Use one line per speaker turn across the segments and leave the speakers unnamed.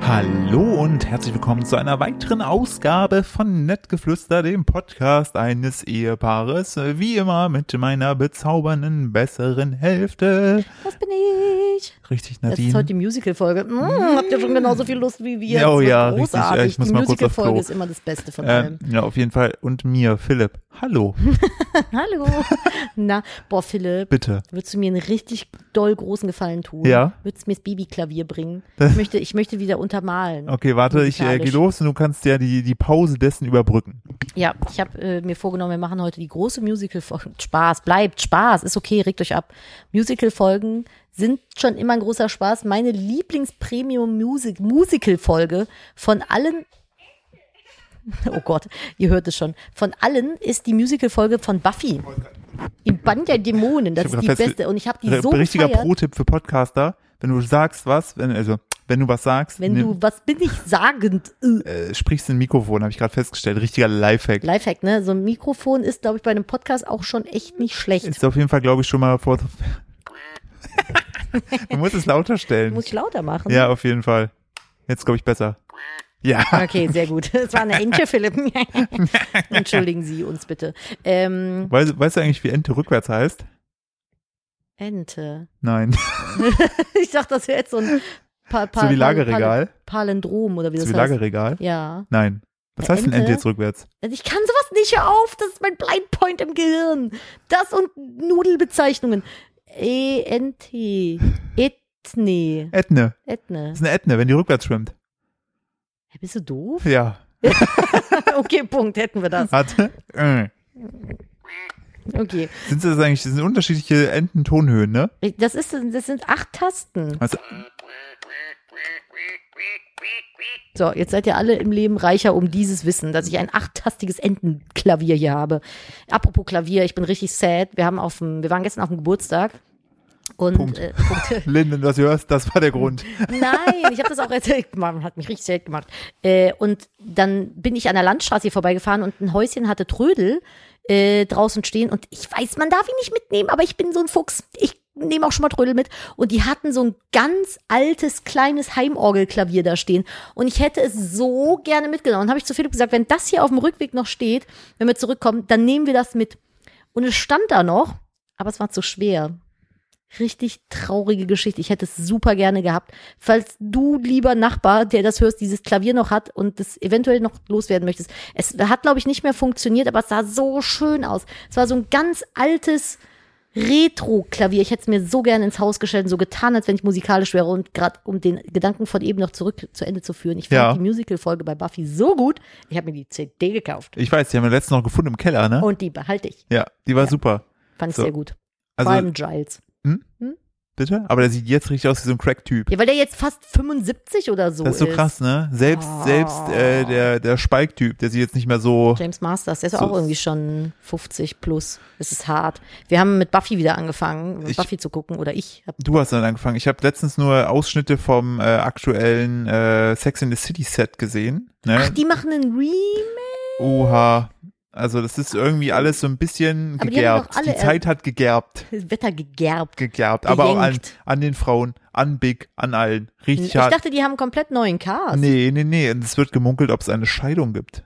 Hallo und herzlich willkommen zu einer weiteren Ausgabe von Nettgeflüster, dem Podcast eines Ehepaares. Wie immer mit meiner bezaubernden besseren Hälfte.
Das bin ich.
Richtig,
Das ist
Nadine.
heute die Musical-Folge. Mm, habt ihr schon genauso viel Lust wie wir?
Ja, oh
Das wird
ja, richtig.
großartig.
Ja, ich muss
die
mal kurz aufs Klo.
Musical-Folge ist immer das Beste von
ähm,
allem.
ja, auf jeden Fall. Und mir, Philipp. Hallo,
Hallo. Na, boah, Philipp.
bitte.
Würdest du mir einen richtig doll großen Gefallen tun?
Ja.
Würdest du mir das Babyklavier bringen? Ich möchte, ich möchte wieder untermalen.
Okay, warte, ich äh, gehe
Musikalisch.
los und du kannst ja die, die Pause dessen überbrücken.
Ja, ich habe äh, mir vorgenommen, wir machen heute die große Musical-Folge. Spaß, bleibt Spaß, ist okay, regt euch ab. Musical-Folgen sind schon immer ein großer Spaß. Meine Lieblings-Premium-Musical-Folge von allen. Oh Gott, ihr hört es schon. Von allen ist die Musical-Folge von Buffy. Im Band der Dämonen, das
Ich
ist
hab
die
grad fest-
beste. Und ich habe die so
richtiger
gefeiert.
Pro-Tipp für Podcaster, wenn du sagst was, wenn, also wenn du was sagst,
Wenn du, was bin ich sagend? Äh.
äh, sprichst in Mikrofon, habe ich gerade festgestellt. Richtiger Lifehack.
Lifehack, ne? So ein Mikrofon ist, glaube ich, bei einem Podcast auch schon echt nicht schlecht.
Ist auf jeden Fall, glaube ich, schon mal vor. du musst es lauter stellen.
Muss ich lauter machen.
Ja, auf jeden Fall. Jetzt glaube ich besser. Ja.
Okay, sehr gut. Es war eine Ente, Philipp. Entschuldigen Sie uns bitte. Ähm,
Weißt, weißt du eigentlich, wie Ente rückwärts heißt?
Ente.
Nein.
Ich dachte, das wäre jetzt so ein pa pa
so wie Lagerregal.
Pal Palindrom oder wie das
so wie
heißt.
Lagerregal.
Ja.
Nein. Was
Äh,
heißt denn Ente
Ente?
jetzt rückwärts?
Also Ich kann sowas nicht hör auf. Das ist mein Blindpoint im Gehirn. Das und Nudelbezeichnungen. E, ENT. Etne.
Etne.
Etne.
Das ist eine Etne, wenn die rückwärts schwimmt.
Hä, Bist du doof?
Ja.
Okay, Punkt. Hätten wir das.
Warte. Äh.
Okay.
Sind das eigentlich, das sind unterschiedliche Ententonhöhen, ne?
Äh, Das, ist, das sind acht Tasten.
Also,
So, jetzt seid ihr alle im Leben reicher um dieses Wissen, dass ich ein achttastiges Entenklavier hier habe. Apropos Klavier, ich bin richtig sad. Wir haben auf dem, wir waren gestern auf dem Geburtstag und
Punkt.
Äh, Punkt.
Lynn, wenn du das hörst, das war der Grund.
Nein, ich habe das auch erzählt. Man hat mich richtig sad gemacht. Äh, und dann bin ich an der Landstraße hier vorbeigefahren und ein Häuschen hatte Trödel äh, draußen stehen. Und ich weiß, man darf ihn nicht mitnehmen, aber ich bin so ein Fuchs. Ich nehme auch schon mal Trödel mit. Und die hatten so ein ganz altes, kleines Heimorgelklavier da stehen. Und ich hätte es so gerne mitgenommen. Und habe ich zu Philipp gesagt, wenn das hier auf dem Rückweg noch steht, wenn wir zurückkommen, dann nehmen wir das mit. Und es stand da noch, aber es war zu schwer. Richtig traurige Geschichte. Ich hätte es super gerne gehabt. Falls du, lieber Nachbar, der das hörst, dieses Klavier noch hat und das eventuell noch loswerden möchtest. Es hat, glaube ich, nicht mehr funktioniert, aber es sah so schön aus. Es war so ein ganz altes Retro-Klavier. Ich hätte es mir so gerne ins Haus gestellt und so getan, als wenn ich musikalisch wäre. Und gerade um den Gedanken von eben noch zurück zu Ende zu führen. Ich fand
Ja.
die Musical-Folge bei Buffy so gut. Ich habe mir die CD gekauft.
Ich weiß, die haben wir letztens noch gefunden im Keller, ne?
Und die behalte ich.
ja, die war super.
Fand ich
So.
sehr gut.
Also,
Vor allem Giles.
Bitte? Aber der sieht jetzt richtig aus wie so ein Crack-Typ.
Ja, weil der jetzt fast 75 oder so
das ist so krass, ne? Selbst,
Ah.
selbst äh, der, der Spike-Typ, der sieht jetzt nicht mehr so.
James Masters, der ist
So
auch
ist-
irgendwie schon 50 plus. Es ist hart. Wir haben mit Buffy wieder angefangen, mit
Ich-
Buffy zu gucken. Oder ich habe
Du hast dann angefangen. Ich habe letztens nur Ausschnitte vom äh, aktuellen äh, Sex in the City Set gesehen.
Ach,
Ne?
die machen einen Remake.
Oha. Also das ist irgendwie alles so ein bisschen
Aber die haben
gegerbt.
doch alle
die Zeit hat gegerbt.
Das Wetter gegerbt.
Gegerbt. Aber auch an,
Gejenkt.
an den Frauen, an Big, an allen. Richtig
Ich
hart.
dachte, die haben einen komplett neuen Cast.
nee, nee, nee. Und es wird gemunkelt, ob es eine Scheidung gibt.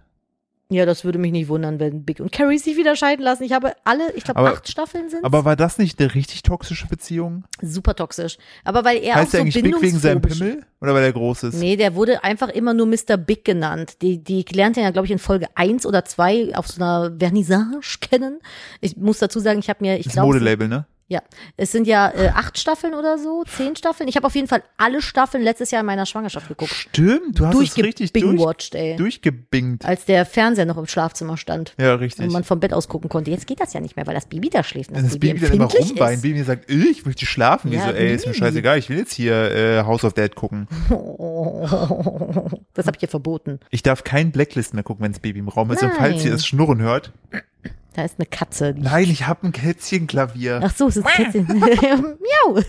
Ja, das würde mich nicht wundern, wenn Big und Carrie sich wieder scheiden lassen. Ich habe alle, ich glaube,
Aber-
acht Staffeln sind
Aber war das nicht eine richtig toxische Beziehung?
super toxisch. Aber weil
heißt
er auch
der
so
eigentlich Big wegen seinem
bindungsphobisch-
Pimmel? Oder weil der groß ist?
Nee, der wurde einfach immer nur Mr. Big genannt. Die, die lernt ihn ja, glaube ich, in Folge 1 oder 2 auf so einer Vernissage kennen. Ich muss dazu sagen, ich habe mir, ich
Das
glaube,
Modelabel, ne?
ja, es sind ja äh, acht Staffeln oder so, zehn Staffeln. Ich habe auf jeden Fall alle Staffeln letztes Jahr in meiner Schwangerschaft geguckt.
Stimmt, du hast es richtig durch,
Durchgebingwatcht, ey.
durchgebingt.
Als der Fernseher noch im Schlafzimmer stand.
Ja, richtig.
Und man vom Bett aus gucken konnte. Jetzt geht das ja nicht mehr, weil das Baby da schläft. und
das Baby dann immer
empfindlich
rumweint.
ist.
Baby sagt, "Äh, ich möchte schlafen.
Ja,
ich so, ey, ist mir
nee.
scheißegal, ich will jetzt hier äh, House of Dead gucken.
Oh. Das habe ich ihr verboten.
Ich darf kein Blacklist mehr gucken, wenn das Baby im Raum ist. Und
Nein.
falls ihr es schnurren hört,
Da ist eine Katze, die
nein, ich hab ein Kätzchenklavier.
Ach so, es ist Kätzchen. Miau.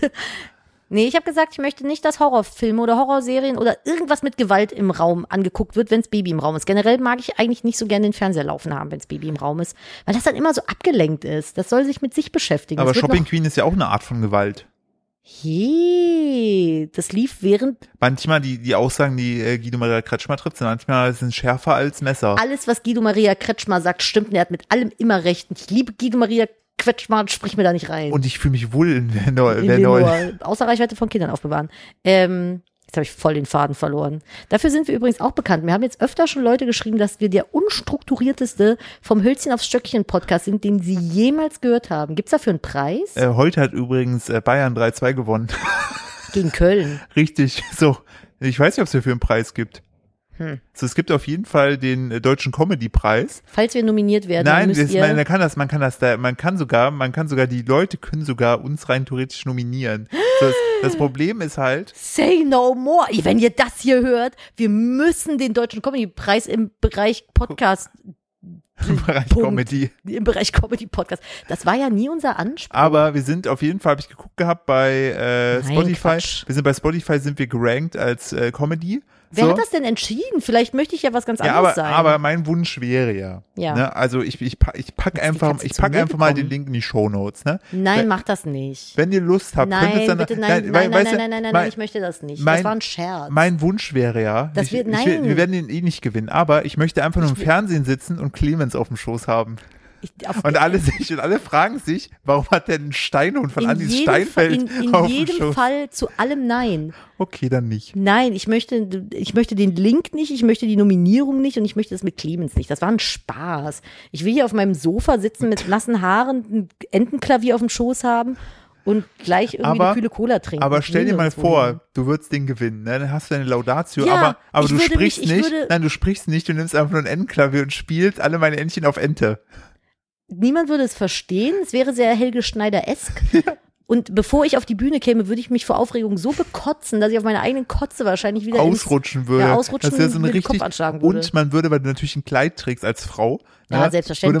Nee, ich habe gesagt, ich möchte nicht, dass Horrorfilme oder Horrorserien oder irgendwas mit Gewalt im Raum angeguckt wird, wenns Baby im Raum ist. Generell mag ich eigentlich nicht so gerne den Fernseher laufen haben, wenns Baby im Raum ist, weil das dann immer so abgelenkt ist. Das soll sich mit sich beschäftigen.
Aber
Das wird
Shopping
noch,
Queen ist ja auch eine Art von Gewalt.
Je, das lief während
Manchmal die, die Aussagen, die äh, Guido Maria Kretschmer trifft, sind manchmal sind schärfer als Messer.
alles, was Guido Maria Kretschmer sagt, stimmt. Und er hat mit allem immer recht. Und ich liebe Guido Maria Kretschmer, und sprich mir da nicht rein.
Und ich fühle mich wohl in der Äh, Neu-
In
der
den
neuen.
Ohr. Außer Reichweite von Kindern aufbewahren. Ähm, jetzt habe ich voll den Faden verloren. Dafür sind wir übrigens auch bekannt. Wir haben jetzt öfter schon Leute geschrieben, dass wir der unstrukturierteste vom Hölzchen aufs Stöckchen Podcast sind, den sie jemals gehört haben. Gibt's dafür einen Preis?
Äh, heute hat übrigens äh, Bayern 3-2 gewonnen.
Gegen Köln.
Richtig, so. Ich weiß nicht, ob es dafür einen Preis gibt.
Hm.
So, es gibt auf jeden Fall den äh, deutschen Comedy-Preis.
Falls wir nominiert werden, dann
Nein,
müsst
das,
ihr.
man, man kann das, man kann das da, man kann sogar, man kann sogar, die Leute können sogar uns rein theoretisch nominieren. So, das, das Problem ist halt,
Say no more. Wenn ihr das hier hört, wir müssen den deutschen Comedy-Preis im Bereich Podcast,
im Bereich
Punkt.
Comedy.
im Bereich Comedy-Podcast. Das war ja nie unser Anspruch.
Aber wir sind auf jeden Fall, habe ich geguckt gehabt bei äh,
Nein,
Spotify.
Quatsch.
Wir sind bei Spotify sind wir gerankt als äh, Comedy.
Wer
so.
hat das denn entschieden? Vielleicht möchte ich ja was ganz
ja,
anderes
aber,
sein.
aber mein Wunsch wäre ja.
Ja.
Ne, also ich, ich, pa- ich pack einfach,
Katze
ich
zu
pack
mir
einfach mal den
gekommen.
Link in die Show Notes. Ne?
Nein, mach das nicht.
Wenn ihr Lust habt, könnt ihr
Nein,
es dann.
bitte nein, nein,
weißt
nein, nein,
du,
nein, nein, nein,
mein,
ich möchte das nicht.
mein-
das war ein Scherz.
mein Wunsch wäre ja,
Das
ich,
wird-
ich, will-
nein.
wir werden ihn eh nicht gewinnen, aber ich möchte einfach nur im Fernsehen sitzen und Clemens auf dem Schoß haben.
Ich- auf-
Und alle sich und alle fragen sich, warum hat denn ein Steinhund von
in
Andi
jedem,
Steinfeld
Fall- in, in
auf dem
jedem
Schoß?
Fall zu allem Nein.
Okay, dann nicht.
Nein, ich möchte, ich möchte den Link nicht, ich möchte die Nominierung nicht und ich möchte das mit Clemens nicht. Das war ein Spaß. Ich will hier auf meinem Sofa sitzen mit nassen Haaren, ein Entenklavier auf dem Schoß haben und gleich irgendwie
Aber-
eine kühle Cola trinken.
Aber stell dir mal
Nirgendwo hin.
vor, du würdest den gewinnen, ne? Dann hast du deine Laudatio,
Ja,
aber, aber
ich
du
würde mich-
sprichst
ich
nicht,
würde-
nein, du sprichst nicht, du nimmst einfach nur ein Endklavier und spielst alle meine Entchen auf Ente.
niemand würde es verstehen. Es wäre sehr Helge Schneider-esk. Und bevor ich auf die Bühne käme, würde ich mich vor Aufregung so bekotzen, dass ich auf meine eigenen Kotze wahrscheinlich wieder ins-
ausrutschen würde.
Ja, ausrutschen,
das wäre so ein
mir den
richtig,
Kopf anschlagen würde.
und man würde, weil du natürlich ein Kleid trägst als Frau,
Ja,
ne,
selbstverständlich.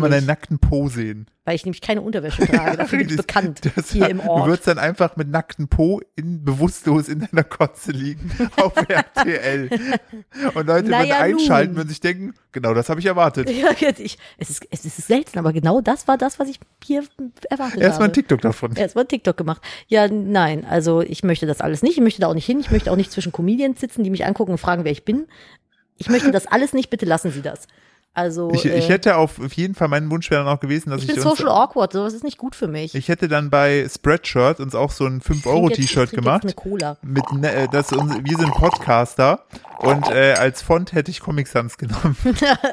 würde man deinen nackten Po sehen.
weil ich nämlich keine Unterwäsche trage. Dafür bin ich
Richtig.
bekannt
Das-
hier im
Du
Ort.
würdest dann einfach mit nacktem Po in, bewusstlos in deiner Kotze liegen auf RTL. Und Leute würden
Naja,
einschalten,
nun.
würden sich denken, genau das habe ich erwartet.
Ja, jetzt ich, es, ist, es ist selten, aber genau das war das, was ich hier erwartet
Erstmal ein
habe.
TikTok davon.
Erstmal TikTok gemacht. Ja, nein, also ich möchte das alles nicht. Ich möchte da auch nicht hin. Ich möchte auch nicht zwischen Comedians sitzen, die mich angucken und fragen, wer ich bin. Ich möchte das alles nicht. Bitte lassen Sie das. Also
Ich,
äh,
ich hätte auf auf jeden Fall, mein Wunsch wäre dann auch gewesen, dass
ich
ich,
bin
uns,
social awkward. Sowas ist nicht gut für mich.
ich hätte dann bei Spreadshirt uns auch so ein
trinke jetzt- ich
5-Euro-T-Shirt
trinke
gemacht.
Jetzt eine Cola.
mit ne, äh, das uns, wir sind Podcaster und äh, als Font hätte ich Comic Sans genommen.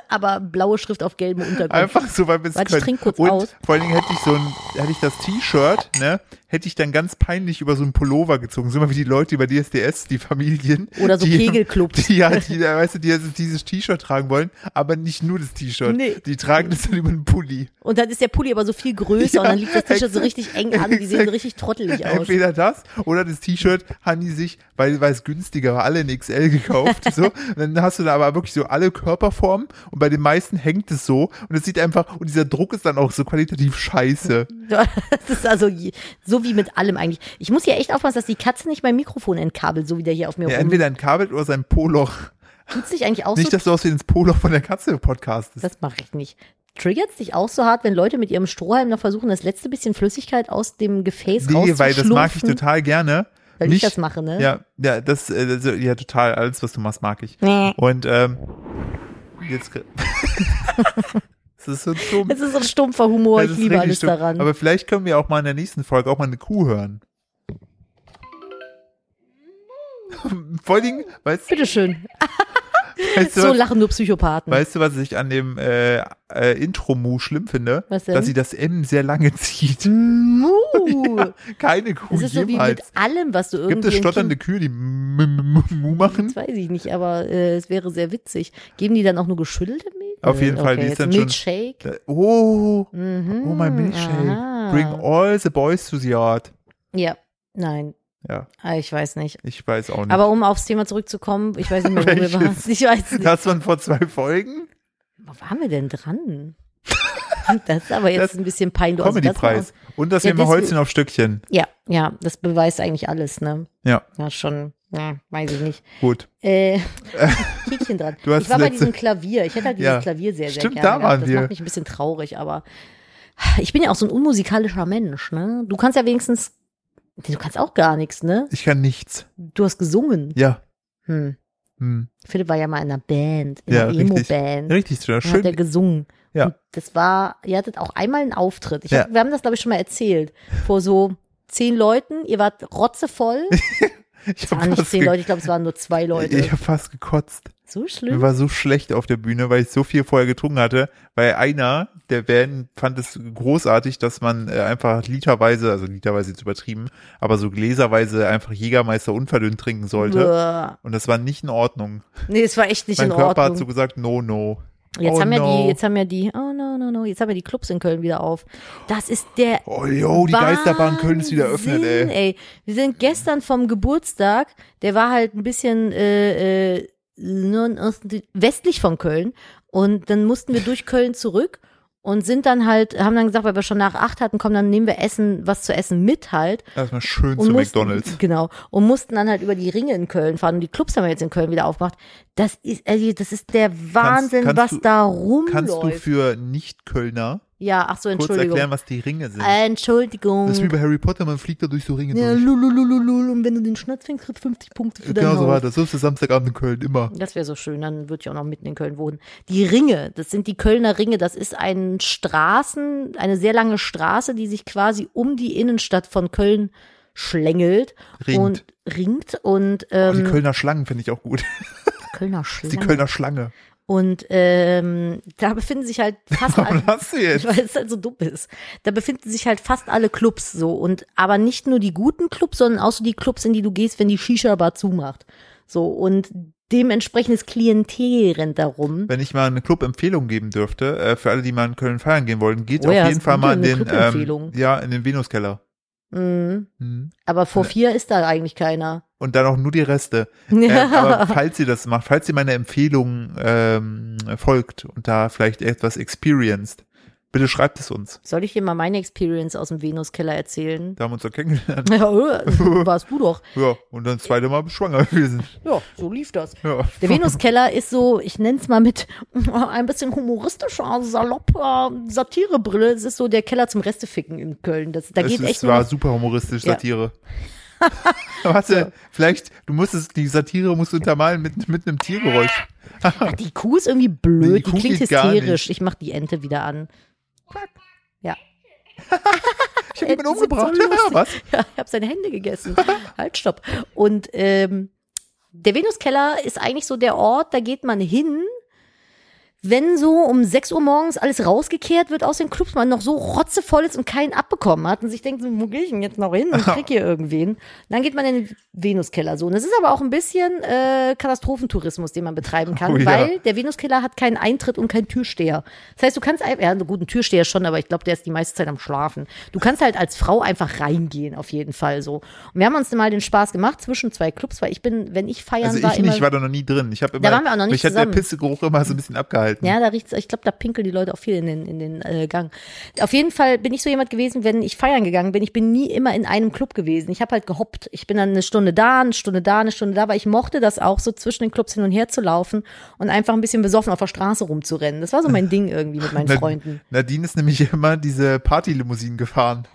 Aber blaue Schrift auf gelbem Untergrund.
Einfach so, weil wir es
Warte, ich
können.
trink kurz
und
aus.
vor allen Dingen hätte ich so ein, hätte ich das T-Shirt, ne, hätte ich dann ganz peinlich über so einen Pullover gezogen. So mal wie die Leute über DSDS, die Familien.
Oder so
die,
Kegelclubs.
Die, ja, die, da, weißt du, die jetzt dieses T-Shirt tragen wollen, aber nicht nur das T-Shirt.
Nee.
Die tragen das dann über einen Pulli.
Und dann ist der Pulli aber so viel größer und dann liegt das T-Shirt so richtig eng an. Die sehen so
exakt.
richtig trottelig aus.
Entweder das oder das T-Shirt haben die sich, weil, weil es günstiger war, alle in XL gekauft. So. Und dann hast du da aber wirklich so alle Körperformen und bei den meisten hängt es so und es sieht einfach, und dieser Druck ist dann auch so qualitativ scheiße.
Das ist also je- so wie mit allem eigentlich. Ich muss hier echt aufpassen, dass die Katze nicht mein Mikrofon entkabelt, so wie der hier auf mir
Ja,
rum.
entweder ein Kabel oder sein Poloch.
Tut's dich eigentlich auch
Nicht,
so?
dass du aus wie ins Poloch von der Katze podcastest.
Das mache ich nicht. Triggert's dich auch so hart, wenn Leute mit ihrem Strohhalm noch versuchen, das letzte bisschen Flüssigkeit aus dem Gefäß
Nee, weil das mag ich
rauszuschlürfen?
total gerne.
Weil ich
Nicht,
das mache, ne?
Ja, ja, das, äh, so, ja, total. Alles, was du machst, mag ich.
Nee.
Und, ähm, jetzt. das ist so dumm.
Es ist so ein stumpfer Humor,
Das
ich
ist
liebe
richtig
alles
schlimm.
daran.
Aber vielleicht können wir auch mal in der nächsten Folge auch mal eine Kuh hören. Vor allen Dingen, weißt,
Bitteschön.
weißt, du,
So
was,
lachen nur Psychopathen.
weißt du, was ich an dem äh, äh, Intro-Mu schlimm finde?
Was denn?
Dass sie das M sehr lange zieht.
Mu.
Keine Kuh
Es ist so wie mit
jemals.
allem, was du irgendwie.
Gibt es
im
stotternde Kühe, die M- M- M- Mu machen?
Kind, weiß ich nicht, aber äh, es wäre sehr witzig. Geben die dann auch nur geschüttelte Milch?
Auf jeden
Äh,
Fall,
okay,
die ist
jetzt
dann schon-
Milkshake.
Oh,
Mhm,
oh mein Milchshake.
aha.
Bring all the boys to the yard.
Ja, nein,
Ja,
Ah, ich weiß nicht.
ich weiß auch nicht.
Aber um aufs Thema zurückzukommen, ich weiß nicht mehr, wo wir waren.
Welches?
Ich weiß nicht.
das waren vor zwei Folgen.
Wo waren wir denn dran? Das ist aber jetzt
Das-
ein bisschen peinlich. Also das war-
Comedy-Preis. Und das
Ja,
Thema
deswegen-
Holzchen auf Stückchen.
Ja, ja, das beweist eigentlich alles, ne?
Ja,
Ja, schon, ja, weiß ich nicht.
gut.
Äh, Häkchen dran.
Du hast
ich war
das
bei
letzte-
diesem Klavier. Ich hätte halt dieses
Ja.
Klavier sehr, sehr
Stimmt,
gerne.
da
gehabt.
waren
das
wir.
macht mich ein bisschen traurig, aber ich bin ja auch so ein unmusikalischer Mensch, ne? Du kannst ja wenigstens Du kannst auch gar nichts, ne?
Ich kann nichts.
Du hast gesungen.
Ja.
Hm.
Hm.
Philipp war ja mal in einer Band, in
Ja,
einer
richtig.
Emo-Band.
Richtig schön.
Dann hat er
schön.
gesungen.
Ja.
Und das war, ihr hattet auch einmal einen Auftritt. Ich
Ja.
hab, wir haben das, glaube ich, schon mal erzählt. Vor so zehn Leuten, ihr wart rotzevoll.
Ich
Es waren
habe
nicht
fast,
zehn
ge
Leute, ich glaube, es waren nur zwei Leute. Hm?
ich hab fast gekotzt.
so schlimm.
Mir war so schlecht auf der Bühne, weil ich so viel vorher getrunken hatte, weil einer der Band fand es großartig, dass man äh, einfach literweise, also literweise jetzt übertrieben, aber so gläserweise einfach Jägermeister unverdünnt trinken sollte.
Bäh.
Und das war nicht in Ordnung.
Nee, es war echt nicht
mein
in
Körper hat
Ordnung.
so gesagt, no, no.
jetzt
oh,
haben ja
no.
die, jetzt haben ja die, oh no, no, no, jetzt haben ja die Clubs in Köln wieder auf. Das ist der
Oh, yo, die Geisterbahn Köln ist wieder eröffnet,
Wahnsinn,
ey.
Wir sind gestern vom Geburtstag, der war halt ein bisschen äh, äh, nordost- westlich von Köln und dann mussten wir durch Köln zurück und sind dann halt, haben dann gesagt, weil wir schon nach acht hatten, komm, dann nehmen wir Essen, was zu essen mit halt
Erstmal schön
und
zu
mussten,
McDonalds.
Genau. Und mussten dann halt über die Ringe in Köln fahren. Und die Clubs haben wir jetzt in Köln wieder aufgemacht. Das ist, also das ist der Wahnsinn,
kannst
was
du-
da
Kannst du
rumläuft.
für Nicht-Kölner
ja, ach so,
kurz
Entschuldigung.
erklären, was die Ringe sind?
Entschuldigung.
Das ist wie bei Harry Potter, man fliegt da durch so Ringe
ja,
durch.
lululululul. Und wenn du den Schnatz fängst, kriegst du 50 Punkte für
Genau
deinen
so
Haus.
war das. So ist der Samstagabend in Köln immer.
Das wäre so schön, dann würde ich auch noch mitten in Köln wohnen. Die Ringe, das sind die Kölner Ringe, das ist ein Straßen, eine sehr lange Straße, die sich quasi um die Innenstadt von Köln schlängelt
Ringt.
und ringt und
Oh, die
ähm,
Kölner Schlangen finde ich auch gut.
Kölner
Das ist die
Schlange.
Kölner Schlange.
Und ähm, da befinden sich halt fast alle.
Warum hast du jetzt?
Weil es halt so dumm ist. Da befinden sich halt fast alle Clubs so und aber nicht nur die guten Clubs, sondern auch so die Clubs, in die du gehst, wenn die Shisha-Bar zumacht. So und dementsprechendes Klientel rennt darum.
Wenn ich mal eine Club-Empfehlung geben dürfte, äh, für alle, die mal in Köln feiern gehen wollen, geht
Oh ja,
auf
das
jeden
ist
Fall
gut,
mal in
eine
den, ähm,
Club-Empfehlung.
ja, in den Venuskeller.
Mhm.
Mhm.
Aber vor vier ist da eigentlich keiner.
Und dann auch nur die Reste. Äh, aber falls ihr das macht, falls ihr meiner Empfehlung ähm, folgt und da vielleicht etwas experienced, bitte schreibt es uns.
Soll ich dir mal meine Experience aus dem Venuskeller erzählen?
Da haben wir uns ja kennengelernt.
Ja, äh, warst du doch.
Ja, und dann das zweite Mal bist du schwanger gewesen.
Ja, so lief das.
Ja.
Der Venuskeller ist so, ich nenne es mal mit ein bisschen humoristischer, salopper Satirebrille. Es ist so der Keller zum Resteficken in Köln. Das, da
es
geht
ist,
echt nur
war
noch-
super humoristisch,
Ja.
Satire. Warte, vielleicht, du musstest, die Satire musst du untermalen mit, mit einem Tiergeräusch.
Ach, die Kuh ist irgendwie
Nee,
blöd,
die
die,
Kuh
klingt
geht gar
hysterisch.
nicht.
Ich mach die Ente wieder an. Ja.
Ich habe ihn
Enten sind Äh, so
umgebracht.
lustig.
Was?
Ja, ich habe seine Hände gegessen. halt, stopp. Und ähm, der Venuskeller ist eigentlich so der Ort, da geht man hin, wenn so um 6 Uhr morgens alles rausgekehrt wird aus den Clubs, man noch so rotzevoll ist und keinen abbekommen hat und sich denkt, so, wo gehe ich denn jetzt noch hin und krieg hier irgendwen. Dann geht man in den Venuskeller so. Und das ist aber auch ein bisschen äh, Katastrophentourismus, den man betreiben kann,
Oh ja.
weil der Venuskeller hat keinen Eintritt und keinen Türsteher. Das heißt, du kannst, ein- ja, gut, einen Türsteher schon, aber ich glaube, der ist die meiste Zeit am Schlafen. Du kannst halt als Frau einfach reingehen, auf jeden Fall so. Und wir haben uns mal den Spaß gemacht zwischen zwei Clubs, weil ich bin, wenn ich feiern
Also
war,
ich
immer,
nicht, war da noch nie drin. Ich habe immer,
Da waren wir auch noch nicht
mich hat der
zusammen.
Pissegeruch immer so ein bisschen abgehalten.
Ja, da riecht's, ich glaube, da pinkeln die Leute auch viel in den, in den äh, Gang. Auf jeden Fall bin ich so jemand gewesen, wenn ich feiern gegangen bin, ich bin nie immer in einem Club gewesen. Ich habe halt gehoppt. Ich bin dann eine Stunde da, eine Stunde da, eine Stunde da, weil ich mochte das auch, so zwischen den Clubs hin und her zu laufen und einfach ein bisschen besoffen auf der Straße rumzurennen. Das war so mein Ding irgendwie mit meinen
Nad-
Freunden.
Nadine ist nämlich immer diese Partylimousinen gefahren.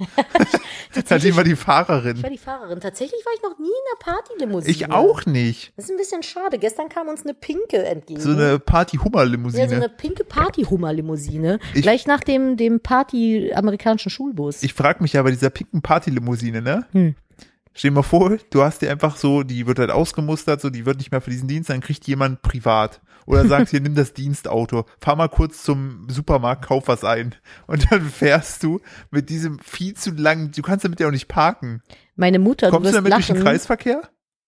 Nadine war die
Ich
Fahrerin.
war die Fahrerin. Tatsächlich war ich noch nie in einer Partylimousine.
Ich auch nicht.
Das ist ein bisschen schade. Gestern kam uns eine Pinke entgegen.
So eine
Mhm. ja, so
Party-Hummer-Limousine.
eine pinke Party-Hummer-Limousine.
Ich-
Gleich nach dem, dem Party-amerikanischen Schulbus.
ich frage mich ja bei dieser pinken Partylimousine, ne?
Hm.
Stell dir mal vor, du hast dir einfach so, die wird halt ausgemustert, so, die wird nicht mehr für diesen Dienst, dann kriegt jemand privat. Oder sagst hier, nimm das Dienstauto, fahr mal kurz zum Supermarkt, kauf was ein. Und dann fährst du mit diesem viel zu langen, du kannst damit ja auch nicht parken.
Meine Mutter,
Kommst du
du wirst
damit durch den
lachen.
Kreisverkehr?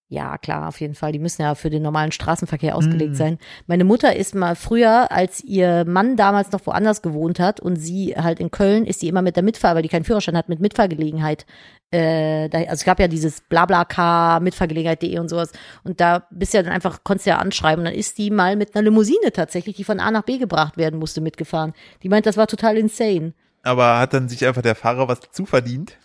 Ja, klar, auf jeden Fall. Die müssen ja für den normalen Straßenverkehr
Hm.
ausgelegt sein. Meine Mutter ist mal früher, als ihr Mann damals noch woanders gewohnt hat und sie halt in Köln, ist sie immer mit der Mitfahr, weil die keinen Führerschein hat, mit Mitfahrgelegenheit. Äh, da, also es gab ja dieses Blabla-Car, Mitfahrgelegenheit.de und sowas. Und da bist ja dann einfach, konntest ja anschreiben. Dann ist die mal mit einer Limousine tatsächlich, die von A nach B gebracht werden musste, mitgefahren. Die meint, das war total insane.
Aber hat dann sich einfach der Fahrer was dazu verdient?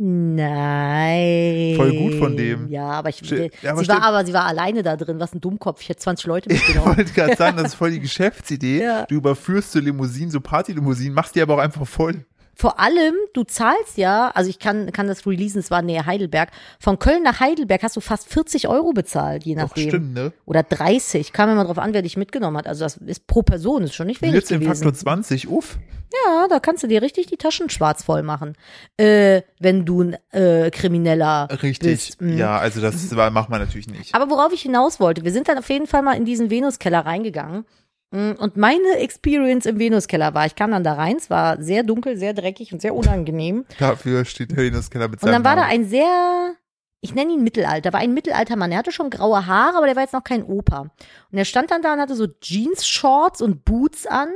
Nein.
Voll gut von dem.
Ja, aber ich
Ste-
sie
Ja, aber
war
stimmt.
aber sie war alleine da drin, was ein Dummkopf. Ich hätte 20 Leute
Ich
mitgenommen.
wollte gerade sagen, das ist voll die Geschäftsidee.
Ja.
Du überführst so Limousinen, so Partylimousinen, machst die aber auch einfach voll.
vor allem, du zahlst ja, also ich kann, kann das releasen, es war näher Heidelberg. Von Köln nach Heidelberg hast du fast 40 Euro bezahlt, je
Doch,
nachdem.
stimmt, ne?
Oder 30, kam immer drauf an, wer dich mitgenommen hat. Also das ist pro Person, ist schon nicht wenig
Jetzt im
gewesen.
Faktor 20, uff.
Ja, da kannst du dir richtig die Taschen schwarz voll machen, äh, wenn du ein äh, Krimineller
Richtig.
bist. Mhm.
Ja, also das war, macht man natürlich nicht.
Aber worauf ich hinaus wollte, wir sind dann auf jeden Fall mal in diesen Venuskeller reingegangen. Mm, Und meine Experience im Venuskeller war, ich kam dann da rein, es war sehr dunkel, sehr dreckig und sehr unangenehm.
Dafür steht der Venuskeller mit
Und dann
seinem
war da
Namen.
ein sehr, ich nenne ihn Mittelalter, war ein Mittelaltermann. Er hatte schon graue Haare, aber der war jetzt noch kein Opa. Und er stand dann da und hatte so Jeans-Shorts und Boots an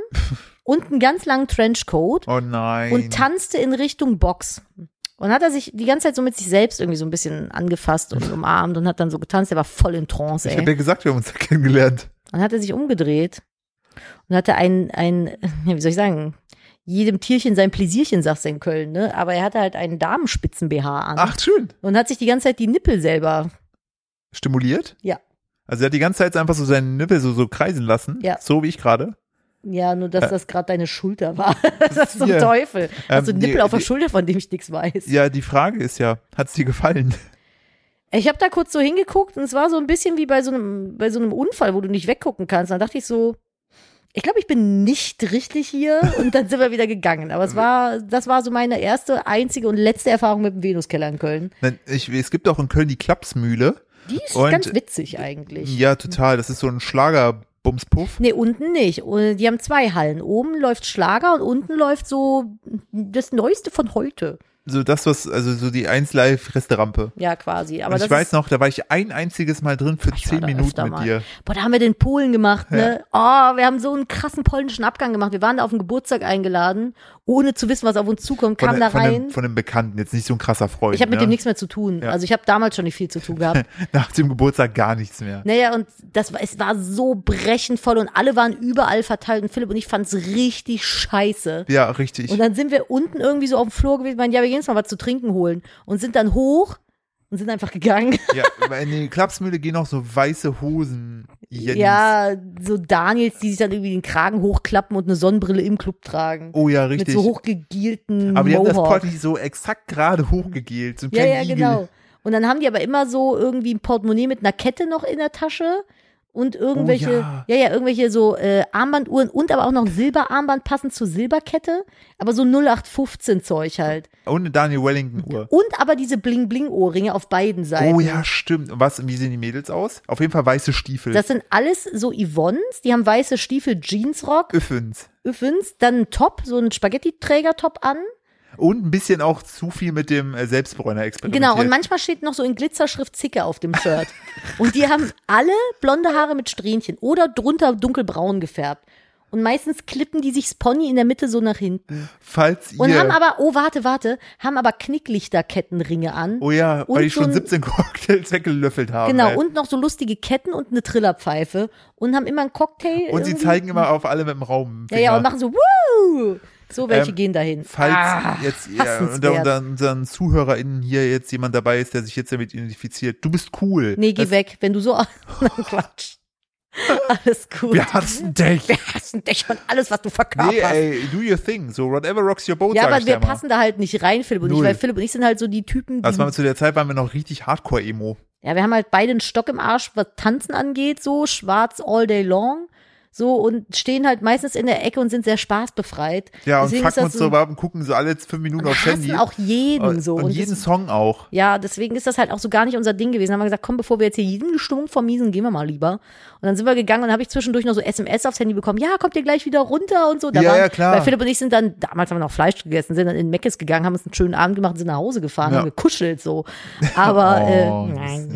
und einen ganz langen Trenchcoat
Oh nein.
und tanzte in Richtung Box. Und hat er sich die ganze Zeit so mit sich selbst irgendwie so ein bisschen angefasst und umarmt und hat dann so getanzt. Er war voll in Trance,
ich
ey.
hab ja gesagt, wir haben uns da kennengelernt.
Dann hat er sich umgedreht und hatte ein, ein, ja, wie soll ich sagen, jedem Tierchen sein Pläsierchen, sagst du in Köln, ne? Aber er hatte halt einen Damenspitzen-BH an
Ach, schön.
und hat sich die ganze Zeit die Nippel selber.
Stimuliert?
Ja.
Also er hat die ganze Zeit einfach so seinen Nippel so, so kreisen lassen.
Ja.
So wie ich gerade.
Ja, nur dass das gerade deine Schulter war. das ist zum
Hier.
Teufel. Hast du
Ähm,
einen Nippel
die-
auf der
die-
Schulter, von dem ich nichts weiß.
Ja, die Frage ist ja, hat's dir gefallen?
Ich habe da kurz so hingeguckt und es war so ein bisschen wie bei so einem, bei so einem Unfall, wo du nicht weggucken kannst. Dann dachte ich so, ich glaube, ich bin nicht richtig hier und dann sind wir wieder gegangen. Aber es war, das war so meine erste, einzige und letzte Erfahrung mit dem Venuskeller in Köln.
Nein, Ich, es gibt auch in Köln die Klapsmühle.
Die ist
Und-
ganz witzig eigentlich.
Ja, total. Das ist so ein Schlagerbumspuff.
Nee, unten nicht. Und Die haben zwei Hallen. Oben läuft Schlager und unten läuft so das Neueste von heute.
So das, was, also so die 1 Live Resterampe.
Ja, quasi. Aber
Und
das
ich weiß
ist,
noch, da war ich ein einziges Mal drin für
Ich war
zehn
da
Minuten
öfter
mit
mal.
dir.
Boah, da haben wir den Polen gemacht, ne? Oh, wir haben so einen krassen polnischen Abgang gemacht. Wir waren da auf den Geburtstag eingeladen, ohne zu wissen, was auf uns zukommt,
Von,
kam
der-
da
von,
rein.
Einem, von einem Bekannten, jetzt nicht so ein krasser Freund.
ich habe mit
ne?
dem nichts mehr zu tun.
Ja.
Also ich habe damals schon nicht viel zu tun gehabt.
Nach dem Geburtstag gar nichts mehr.
naja, und das war, es war so brechend voll und alle waren überall verteilt und Philipp und ich fand's richtig scheiße.
Ja, richtig.
Und dann sind wir unten irgendwie so auf dem Flur gewesen, meinen, ja, wir gehen jetzt mal was zu trinken holen und sind dann hoch und sind einfach gegangen.
ja, aber in die Klapsmühle gehen auch so weiße Hosen. Jens.
Ja, so Daniels, die sich dann irgendwie den Kragen hochklappen und eine Sonnenbrille im Club tragen.
Oh ja, richtig.
Mit so hochgegielten
aber die haben das
Mohawk.
Party so exakt gerade hochgegelt. So ein
ja,
kleiner
ja,
Igel.
genau. Und dann haben die aber immer so irgendwie ein Portemonnaie mit einer Kette noch in der Tasche und irgendwelche,
Oh, ja.
ja. ja, irgendwelche so äh, Armbanduhren und aber auch noch ein Silberarmband passend zur Silberkette, aber so 0815 Zeug halt.
Ohne Daniel Wellington-Uhr.
Und aber diese Bling-Bling-Ohrringe auf beiden Seiten.
Oh ja, stimmt. Und was, wie sehen die Mädels aus? Auf jeden Fall weiße Stiefel.
Das sind alles so Yvonnes, die haben weiße Stiefel, Jeansrock,
Öffens.
Öffens, dann einen Top, so einen Spaghetti-Träger-Top an.
Und ein bisschen auch zu viel mit dem äh, Selbstbräuner experimentiert.
Genau, und manchmal steht noch so in Glitzerschrift Zicke auf dem Shirt. Und die haben alle blonde Haare mit Strähnchen oder drunter dunkelbraun gefärbt. Und meistens klippen die sich das Pony in der Mitte so nach hinten.
Falls ihr.
Und haben aber, oh, warte, warte, haben aber Knicklichterkettenringe an.
oh ja,
und
weil die schon
so ein-
17 Cocktails weggelöffelt haben.
genau,
ey.
und noch so lustige Ketten und eine Trillerpfeife. Und haben immer einen Cocktail.
Und sie
irgendwie.
zeigen immer auf alle mit dem Raum.
Ja, ja, und machen so, Woo! So, welche
Ähm,
gehen dahin.
Falls
Ah,
jetzt ja,
hassenswert.
unter unseren, unseren ZuhörerInnen hier jetzt jemand dabei ist, der sich jetzt damit identifiziert, du bist cool.
nee, geh
das,
weg, wenn du so. Nein, Quatsch. Alles gut.
Wir hassen dich.
Wir hassen dich und alles, was du verkörperst.
Nee, ey, do your thing. So, whatever rocks your boat,
ja,
sag
aber
ich
wir
da mal.
passen da halt nicht rein, Philipp und
Null.
ich, weil Philipp und ich sind halt so die Typen, die,
Das war, zu der Zeit waren wir noch richtig Hardcore-Emo.
ja, wir haben halt beide einen Stock im Arsch, was Tanzen angeht, so schwarz all day long, so und stehen halt meistens in der Ecke und sind sehr spaßbefreit.
Ja, und
deswegen ist
fucken
das
uns
so,
so ab und gucken so alle fünf Minuten aufs
hassen
Handy. Äh,
auch jeden so
und,
und,
jeden
das,
Song auch.
ja, deswegen ist das halt auch so gar nicht unser Ding gewesen. Dann haben wir gesagt, komm, bevor wir jetzt hier jeden Stimmung vermiesen, gehen wir mal lieber. Und dann sind wir gegangen und habe ich zwischendurch noch so SMS aufs Handy bekommen. Ja, kommt ihr gleich wieder runter und so. Da
Ja,
waren,
ja, klar.
Weil Philipp und ich sind dann, damals haben wir noch Fleisch gegessen, sind dann in Meckes gegangen, haben uns einen schönen Abend gemacht, sind nach Hause gefahren,
Ja.
haben gekuschelt so. Aber
Oh,
äh,
das-
nein,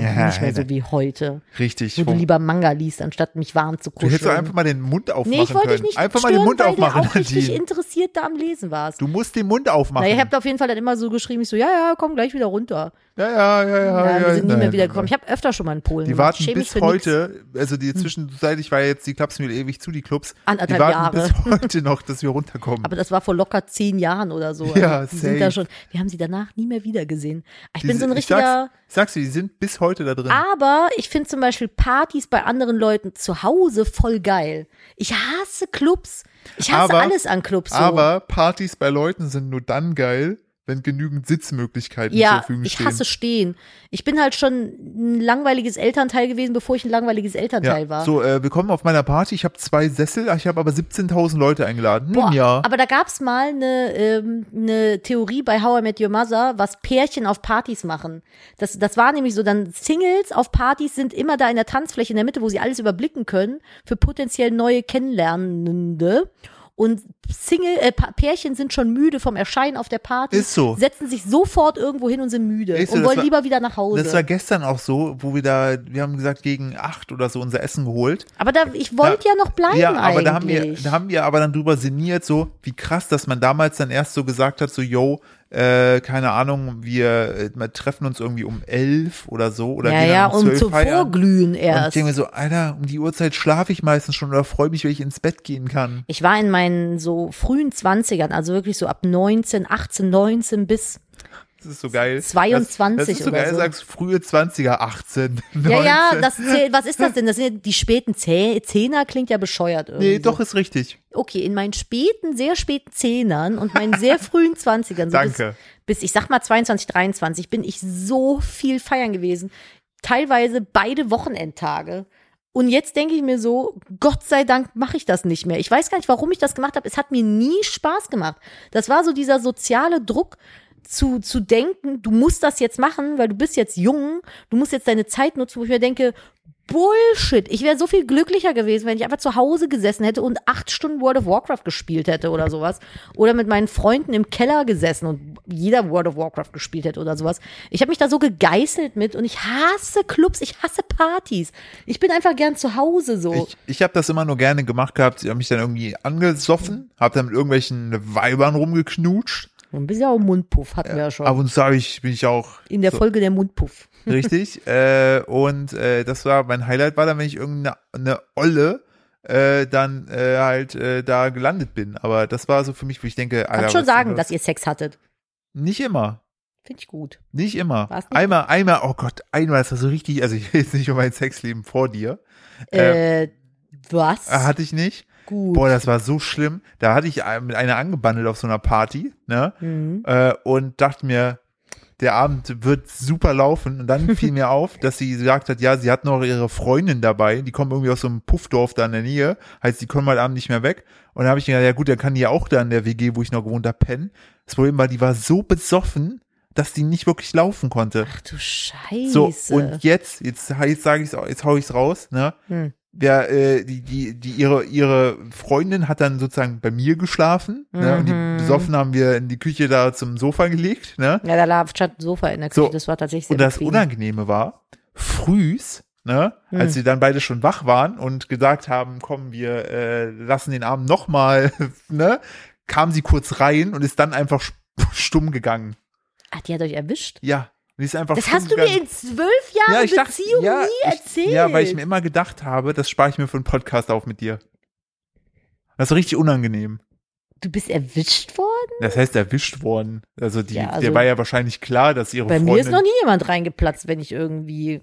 ja,
nicht mehr so wie heute,
Richtig.
wo du
Funk.
lieber Manga liest, anstatt mich warm zu
du hättest doch
kuscheln.
einfach mal den Mund aufmachen
nee, ich wollte dich
können.
nicht
einfach mal
stören,
den Mund
weil
aufmachen,
du auch richtig
Nadine.
interessiert da am Lesen warst.
Du musst den Mund aufmachen.
Na, ich habe auf jeden Fall dann immer so geschrieben, ich so, ja, ja, komm gleich wieder runter.
ja, ja, ja, ja.
Ja,
ja,
wir sind nie
nein,
mehr wiedergekommen.
nein.
Ich habe öfter schon mal in Polen
Die
gemacht.
warten
Schäm mich
bis
Ähm, für nix. Mhm.
heute, also die zwischenzeitlich war jetzt die Klapsmühle ewig zu, die Clubs. die
Anderthalb
warten
Jahre.
bis heute noch, dass wir runterkommen.
Aber das war vor locker zehn Jahren oder so.
Ja, safe.
die sind da schon. Wir haben sie danach nie mehr wiedergesehen. Ah, Ich bin
Die
so ein
sind-
richtiger.
sag's, ich sag's dir, die sind bis heute da drin.
Aber ich finde zum Beispiel Partys bei anderen Leuten zu Hause voll geil. Ich hasse Clubs. Ich hasse
Aber-
alles an Clubs. So.
Aber Partys bei Leuten sind nur dann geil, wenn genügend Sitzmöglichkeiten zur
ja,
Verfügung
ich
stehen.
hasse stehen. Ich bin halt schon ein langweiliges Elternteil gewesen, bevor ich ein langweiliges Elternteil
ja.
war.
So, äh, willkommen auf meiner Party. Ich habe zwei Sessel, ich habe aber 17.000 Leute eingeladen. Nun
Boah,
ja.
Oh, aber da gab's mal eine ähm, ne Theorie bei How I Met Your Mother, was Pärchen auf Partys machen. Das, das war nämlich so, dann Singles auf Partys sind immer da in der Tanzfläche in der Mitte, wo sie alles überblicken können, für potenziell neue Kennenlernende. Und Single, äh, Pa- Pärchen sind schon müde vom Erscheinen auf der Party.
Ist so.
Setzen sich sofort irgendwo hin und sind müde
Ist so,
und
das
wollen
war-
lieber wieder nach Hause.
Das war gestern auch so, wo wir da, wir haben gesagt, gegen acht oder so unser Essen geholt.
aber da, ich wollte
Da-
ja noch bleiben
Ja, aber
eigentlich.
da haben wir, da haben wir aber dann drüber sinniert, so wie krass, dass man damals dann erst so gesagt hat, so yo, äh, keine Ahnung, wir äh, wir treffen uns irgendwie um elf oder so oder
ja,
gehen
ja,
dann um
um
zwölf
zu
feiern.
vorglühen
Und ich
erst.
denke mir so, Alter, um die Uhrzeit schlafe ich meistens schon oder freue mich, wenn ich ins Bett gehen kann.
Ich war in meinen so frühen 20ern, also wirklich so ab 19, 18, 19 bis.
Das ist so geil.
22
das, das ist so
oder
geil,
so.
sagst frühe 20er, 18, 19.
Ja, ja, das zählt, was ist das denn? Das sind ja die späten Zäh- Zehner, klingt ja bescheuert irgendwie.
Nee, doch, ist richtig.
Okay, in meinen späten, sehr späten Zehnern und meinen sehr frühen 20ern. So
Danke.
Bis, bis, ich sag mal 22, 23 bin ich so viel feiern gewesen. Teilweise beide Wochenendtage. Und jetzt denke ich mir so, Gott sei Dank mache ich das nicht mehr. Ich weiß gar nicht, warum ich das gemacht habe. Es hat mir nie Spaß gemacht. Das war so dieser soziale Druck zu, zu denken, du musst das jetzt machen, weil du bist jetzt jung, du musst jetzt deine Zeit nutzen, wo ich mir denke, Bullshit. Ich wäre so viel glücklicher gewesen, wenn ich einfach zu Hause gesessen hätte und acht Stunden World of Warcraft gespielt hätte oder sowas. Oder mit meinen Freunden im Keller gesessen und jeder World of Warcraft gespielt hätte oder sowas. Ich habe mich da so gegeißelt mit und ich hasse Clubs, ich hasse Partys. Ich bin einfach gern zu Hause so.
Ich, ich habe das immer nur gerne gemacht gehabt. Ich habe mich dann irgendwie angesoffen, habe dann mit irgendwelchen Weibern rumgeknutscht.
ein bisschen auch Mundpuff hatten wir ja schon.
Ab und zu hab ich, bin ich auch
In der
so,
Folge der Mundpuff.
Richtig. äh, und äh, das war mein Highlight, war dann, wenn ich irgendeine eine Olle äh, dann äh, halt äh, da gelandet bin. Aber das war so für mich, wo ich denke, Alter,
Kann schon
was-
sagen,
was-
dass ihr Sex hattet.
Nicht immer.
Finde ich gut.
Nicht immer.
War's nicht?
Einmal, einmal, oh Gott, einmal ist das so richtig, also ich will jetzt nicht um mein Sexleben vor dir. Äh,
Äh, was?
hatte ich nicht.
gut.
Boah, das war so schlimm. Da hatte ich ein- mit einer angebandelt auf so einer Party, ne?
Mhm.
Äh, und dachte mir, der Abend wird super laufen. Und dann fiel mir auf, dass sie gesagt hat, ja, sie hat noch ihre Freundin dabei. Die kommen irgendwie aus so einem Puffdorf da in der Nähe. Heißt, die kommen heute Abend nicht mehr weg. Und da habe ich mir gedacht, ja gut, dann kann die ja auch da in der WG, wo ich noch gewohnt habe, pennen. Das Problem war, die war so besoffen, dass die nicht wirklich laufen konnte.
Ach du Scheiße.
So, und jetzt, jetzt, jetzt sage ich's, jetzt hau ich's raus, ne?
Hm.
Wer, äh, die, die, die, ihre, ihre Freundin hat dann sozusagen bei mir geschlafen, ne? Und
Mhm.
die besoffen haben wir in die Küche da zum Sofa gelegt, ne?
Ja, da lag statt ein Sofa in der Küche.
So.
Das war tatsächlich sehr
Und das
bequem.
Unangenehme war, frühs, ne?
Mhm.
Als wir dann beide schon wach waren und gesagt haben, komm, wir äh, lassen den Abend nochmal, ne? Kam sie kurz rein und ist dann einfach st- stumm gegangen.
Ach, Ah, die hat euch erwischt?
Ja. Die ist einfach
Das
stumm
hast du
gegangen.
mir in zwölf Jahren Beziehung
ja,
nie erzählt.
Ich, ja, weil ich mir immer gedacht habe, das spare ich mir für einen Podcast auf mit dir. Das ist richtig unangenehm.
du bist erwischt worden?
Das heißt, erwischt worden. Also, die,
Ja, also-
der war ja wahrscheinlich klar, dass ihre
Bei
Oh, Freundin.
mir ist noch nie jemand reingeplatzt, wenn ich irgendwie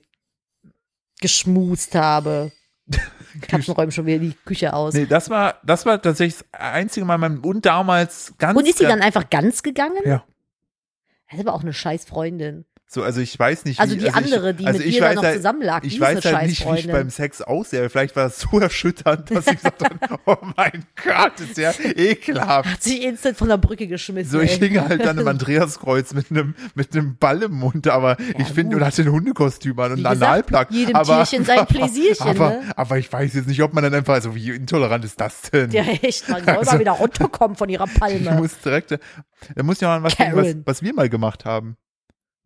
geschmust habe. Katzen räumen schon wieder die Küche aus.
Nee, das war, das war tatsächlich das einzige Mal in meinem, und damals ganz.
Und ist sie dann einfach ganz gegangen?
Ja.
Das ist aber auch eine scheiß Freundin.
So, also ich weiß nicht.
Also
wie,
die andere,
ich,
die
also
mit
ich
dir da
weiß
noch
halt,
zusammen lag, die
Ich
ist
weiß
eine
halt nicht, wie ich
Scheißfreundin.
beim Sex aussehe. Vielleicht war es so erschütternd, dass ich gesagt habe, oh mein Gott, ist ja ekelhaft.
Hat sich instant von der Brücke geschmissen.
So, ich
ey.
hing halt dann im Andreaskreuz mit einem mit einem Ball im Mund, aber ich finde,
gut.
und hatte ein Hundekostüm an und
Wie
einen
gesagt,
Analplug.
jedem
aber,
Tierchen sein Pläsierchen,
Aber,
ne?
aber ich weiß jetzt nicht, ob man dann einfach, also wie intolerant ist das denn?
Ja, echt, man soll mal wieder runterkommen von ihrer
Also ich
Palme.
muss direkt, da muss ich noch an was denken, was,
Karen.
was wir mal gemacht haben.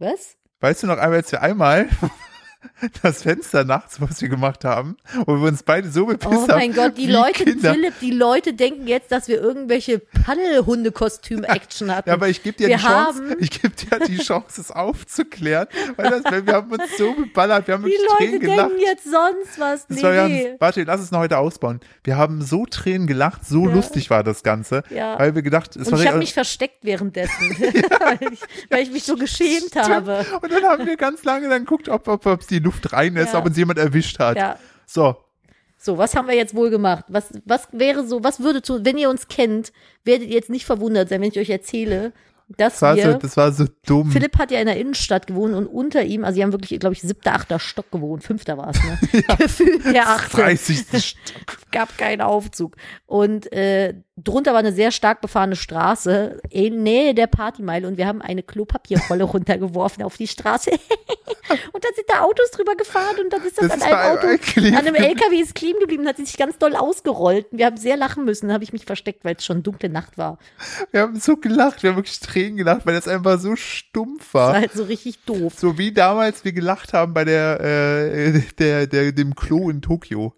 Was?
Weißt du noch einmal, als wir einmal das Fenster nachts, was wir gemacht haben, wo wir uns beide so bepisst
Oh mein
haben,
Gott, die
wie
Leute,
Kinder.
Philipp, die Leute denken jetzt, dass wir irgendwelche Paddelhundekostüm-Action hatten.
Ja, aber ich gebe dir,
Wir
die Chance,
haben-
ich geb dir die Chance, es aufzuklären, weil das, weil wir haben uns so beballert, wir haben
die
wirklich
Leute
Tränen gelacht.
denken jetzt sonst was.
Das
Nee,
war, wir
nee.
haben, warte, lass es noch heute ausbauen. Wir haben so Tränen gelacht, so lustig war das Ganze,
Ja.
weil wir gedacht, es
Und
war
ich habe
richtig-
mich versteckt währenddessen, weil, ich, weil ich mich so geschämt habe.
Und dann haben wir ganz lange dann geguckt, ob ob ob die Luft rein ist,
Ja.
ob uns jemand erwischt hat.
Ja.
So,
So, was haben wir jetzt wohl gemacht? Was, was wäre so, was würde zu, wenn ihr uns kennt, werdet ihr jetzt nicht verwundert sein, wenn ich euch erzähle, dass
Das war, so,
wir,
das war so dumm.
Philipp hat ja in der Innenstadt gewohnt und unter ihm, also die haben wirklich, glaube ich, siebter, achter Stock gewohnt, fünfter war es, ne? Gefühlt der achte.
30.
gab keinen Aufzug. Und äh, drunter war eine sehr stark befahrene Straße in Nähe der Partymeile und wir haben eine Klopapierrolle runtergeworfen auf die Straße. und dann sind da Autos drüber gefahren und dann ist das,
Das
an
ist
einem
bei
Auto,
einem kleben
an einem
geblieben.
LKW ist kleben geblieben und hat sich ganz doll ausgerollt. Und wir haben sehr lachen müssen. Dann habe ich mich versteckt, weil es schon dunkle Nacht war.
Wir haben so gelacht, wir haben wirklich Tränen gelacht, weil das einfach so stumpf war.
Das war halt so richtig doof.
So wie damals wir gelacht haben bei der, äh, der, der, dem Klo in Tokio.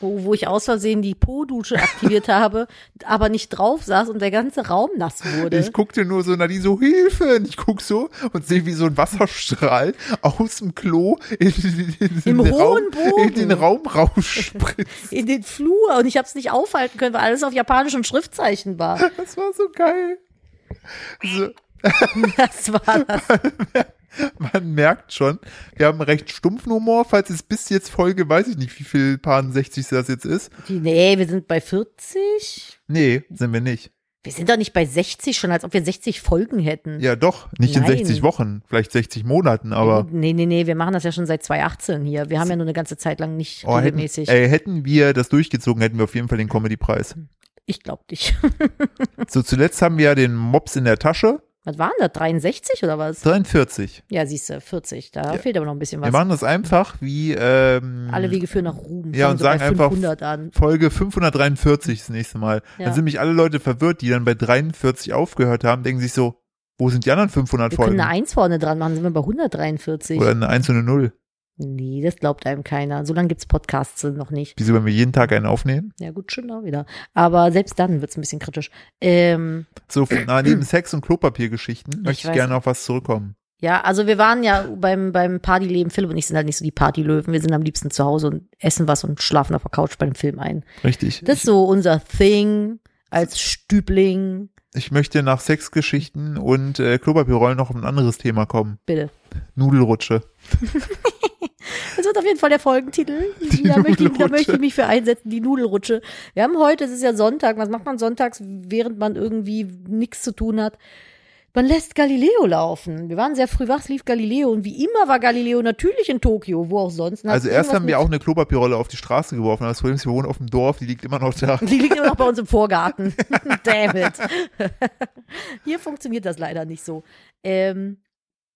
wo, wo ich aus Versehen die Po-Dusche aktiviert habe, aber nicht drauf saß und der ganze Raum nass wurde.
Ich guckte nur so, Nadine so, Hilfe! Und ich guck so und sehe, wie so ein Wasserstrahl aus dem Klo in, in, in,
Im
den, Raum,
hohen Bogen.
in den Raum rausspritzt.
in den Flur und ich habe es nicht aufhalten können, weil alles auf japanischen Schriftzeichen war.
Das war so geil. Also, So,
Das war das.
man merkt schon, wir haben einen recht stumpfen Humor, falls es bis jetzt Folge, weiß ich nicht, wie viel Paar 60 das jetzt ist.
Die, nee, wir sind bei 40.
Nee, sind wir nicht.
Wir sind doch nicht bei 60 schon, als ob wir 60 Folgen hätten.
Ja, doch, nicht
Nein.
in 60 Wochen, vielleicht 60 Monaten, aber.
Nee, nee, nee, wir machen das ja schon seit 2018 hier. Wir haben ja nur eine ganze Zeit lang nicht
Oh, hätten,
regelmäßig.
ey, hätten wir das durchgezogen, hätten wir auf jeden Fall den Comedy-Preis.
ich glaube nicht.
So, zuletzt haben wir ja den Mops in der Tasche.
Was waren das? 63 oder was?
43.
Ja, siehst du, 40. Da
Ja.
fehlt aber noch ein bisschen
Wir
was.
machen das einfach wie ähm,
Alle Wege führen nach Ruhm.
Ja,
Fangen
und
so bei
sagen einfach-
500 an.
Folge 543 das nächste Mal.
Ja.
Dann sind mich alle Leute verwirrt, die dann bei 43 aufgehört haben, denken sich so, wo sind die anderen 500
Wir
Folgen?
können eine 1 vorne dran machen, sind wir bei 143.
Oder eine 1 und eine 0.
Nee, das glaubt einem keiner. So lange gibt's Podcasts noch nicht.
Wieso, wenn wir jeden Tag einen aufnehmen?
Ja, gut, schon auch wieder. Aber selbst dann wird's ein bisschen kritisch. Ähm,
So, von, na, neben Sex- und Klopapiergeschichten möchte ich
weiß.
gerne auf was zurückkommen.
ja, also wir waren ja beim, beim Partyleben. Philipp und ich sind halt nicht so die Partylöwen. Wir sind am liebsten zu Hause und essen was und schlafen auf der Couch bei dem Film ein.
Richtig.
Das ist so unser Thing als Stübling.
Ich möchte nach Sexgeschichten und äh, Klopapierrollen noch auf ein anderes Thema kommen.
Bitte.
Nudelrutsche.
Das wird auf jeden Fall der Folgentitel.
Die
Da möchte, ich, da
Nudelrutsche.
möchte ich mich für einsetzen, die Nudelrutsche. Wir haben heute, es ist ja Sonntag, was macht man sonntags, während man irgendwie nichts zu tun hat? Man lässt Galileo laufen. Wir waren sehr früh wach, es lief Galileo und wie immer war Galileo natürlich in Tokio, wo auch sonst. Und hat
Also erst
irgendwas
haben wir
mit-
auch eine Klopapierrolle auf die Straße geworfen. Das Problem ist, wir wohnen auf dem Dorf, die liegt immer noch da.
Die liegt immer noch bei uns im Vorgarten. Damn it. Hier funktioniert das leider nicht so. Ähm,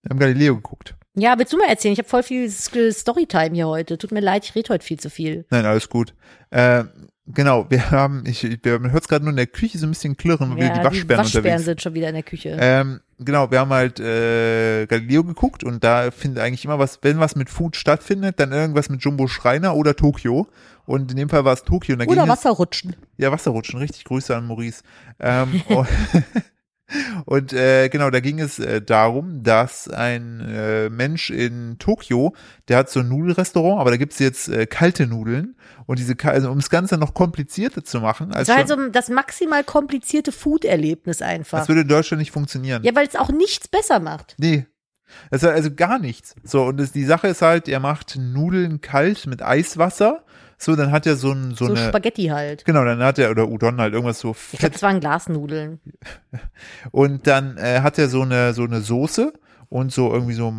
Wir haben Galileo geguckt.
ja, willst du mal erzählen? Ich habe voll viel Sk- Storytime hier heute. Tut mir leid, ich rede heute viel zu viel.
Nein, alles gut. Äh, genau, wir haben, ich, ich wir- man hört es gerade nur in der Küche so ein bisschen klirren, weil wir die Waschbären unterwegs sind.
sind schon wieder in der Küche.
Ähm, genau, wir haben halt äh, Galileo geguckt und da findet eigentlich immer was, wenn was mit Food stattfindet, dann irgendwas mit Jumbo Schreiner oder Tokio. Und in dem Fall war es Tokio. Und da
Oder
ging es-
Wasserrutschen.
Ja, Wasserrutschen, richtig. Grüße an Maurice. Ähm, und und äh, genau, da ging es äh, darum, dass ein äh, Mensch in Tokio, der hat so ein Nudelrestaurant, aber da gibt's jetzt äh, kalte Nudeln. Und diese, ka- also, um das Ganze noch komplizierter zu machen, als
Das war halt
schon,
so das maximal komplizierte Food-Erlebnis einfach.
das würde in Deutschland nicht funktionieren.
Ja, weil es auch nichts besser macht.
Nee. Das ist also gar nichts. So, und das, die Sache ist halt, er macht Nudeln kalt mit Eiswasser. So, dann hat er so ein, so,
So,
eine.
Spaghetti halt.
Genau, dann hat er, oder Udon halt irgendwas so
Ich
fett
glaube, das waren Glasnudeln.
Und dann äh, hat er so eine, so eine Soße und so irgendwie so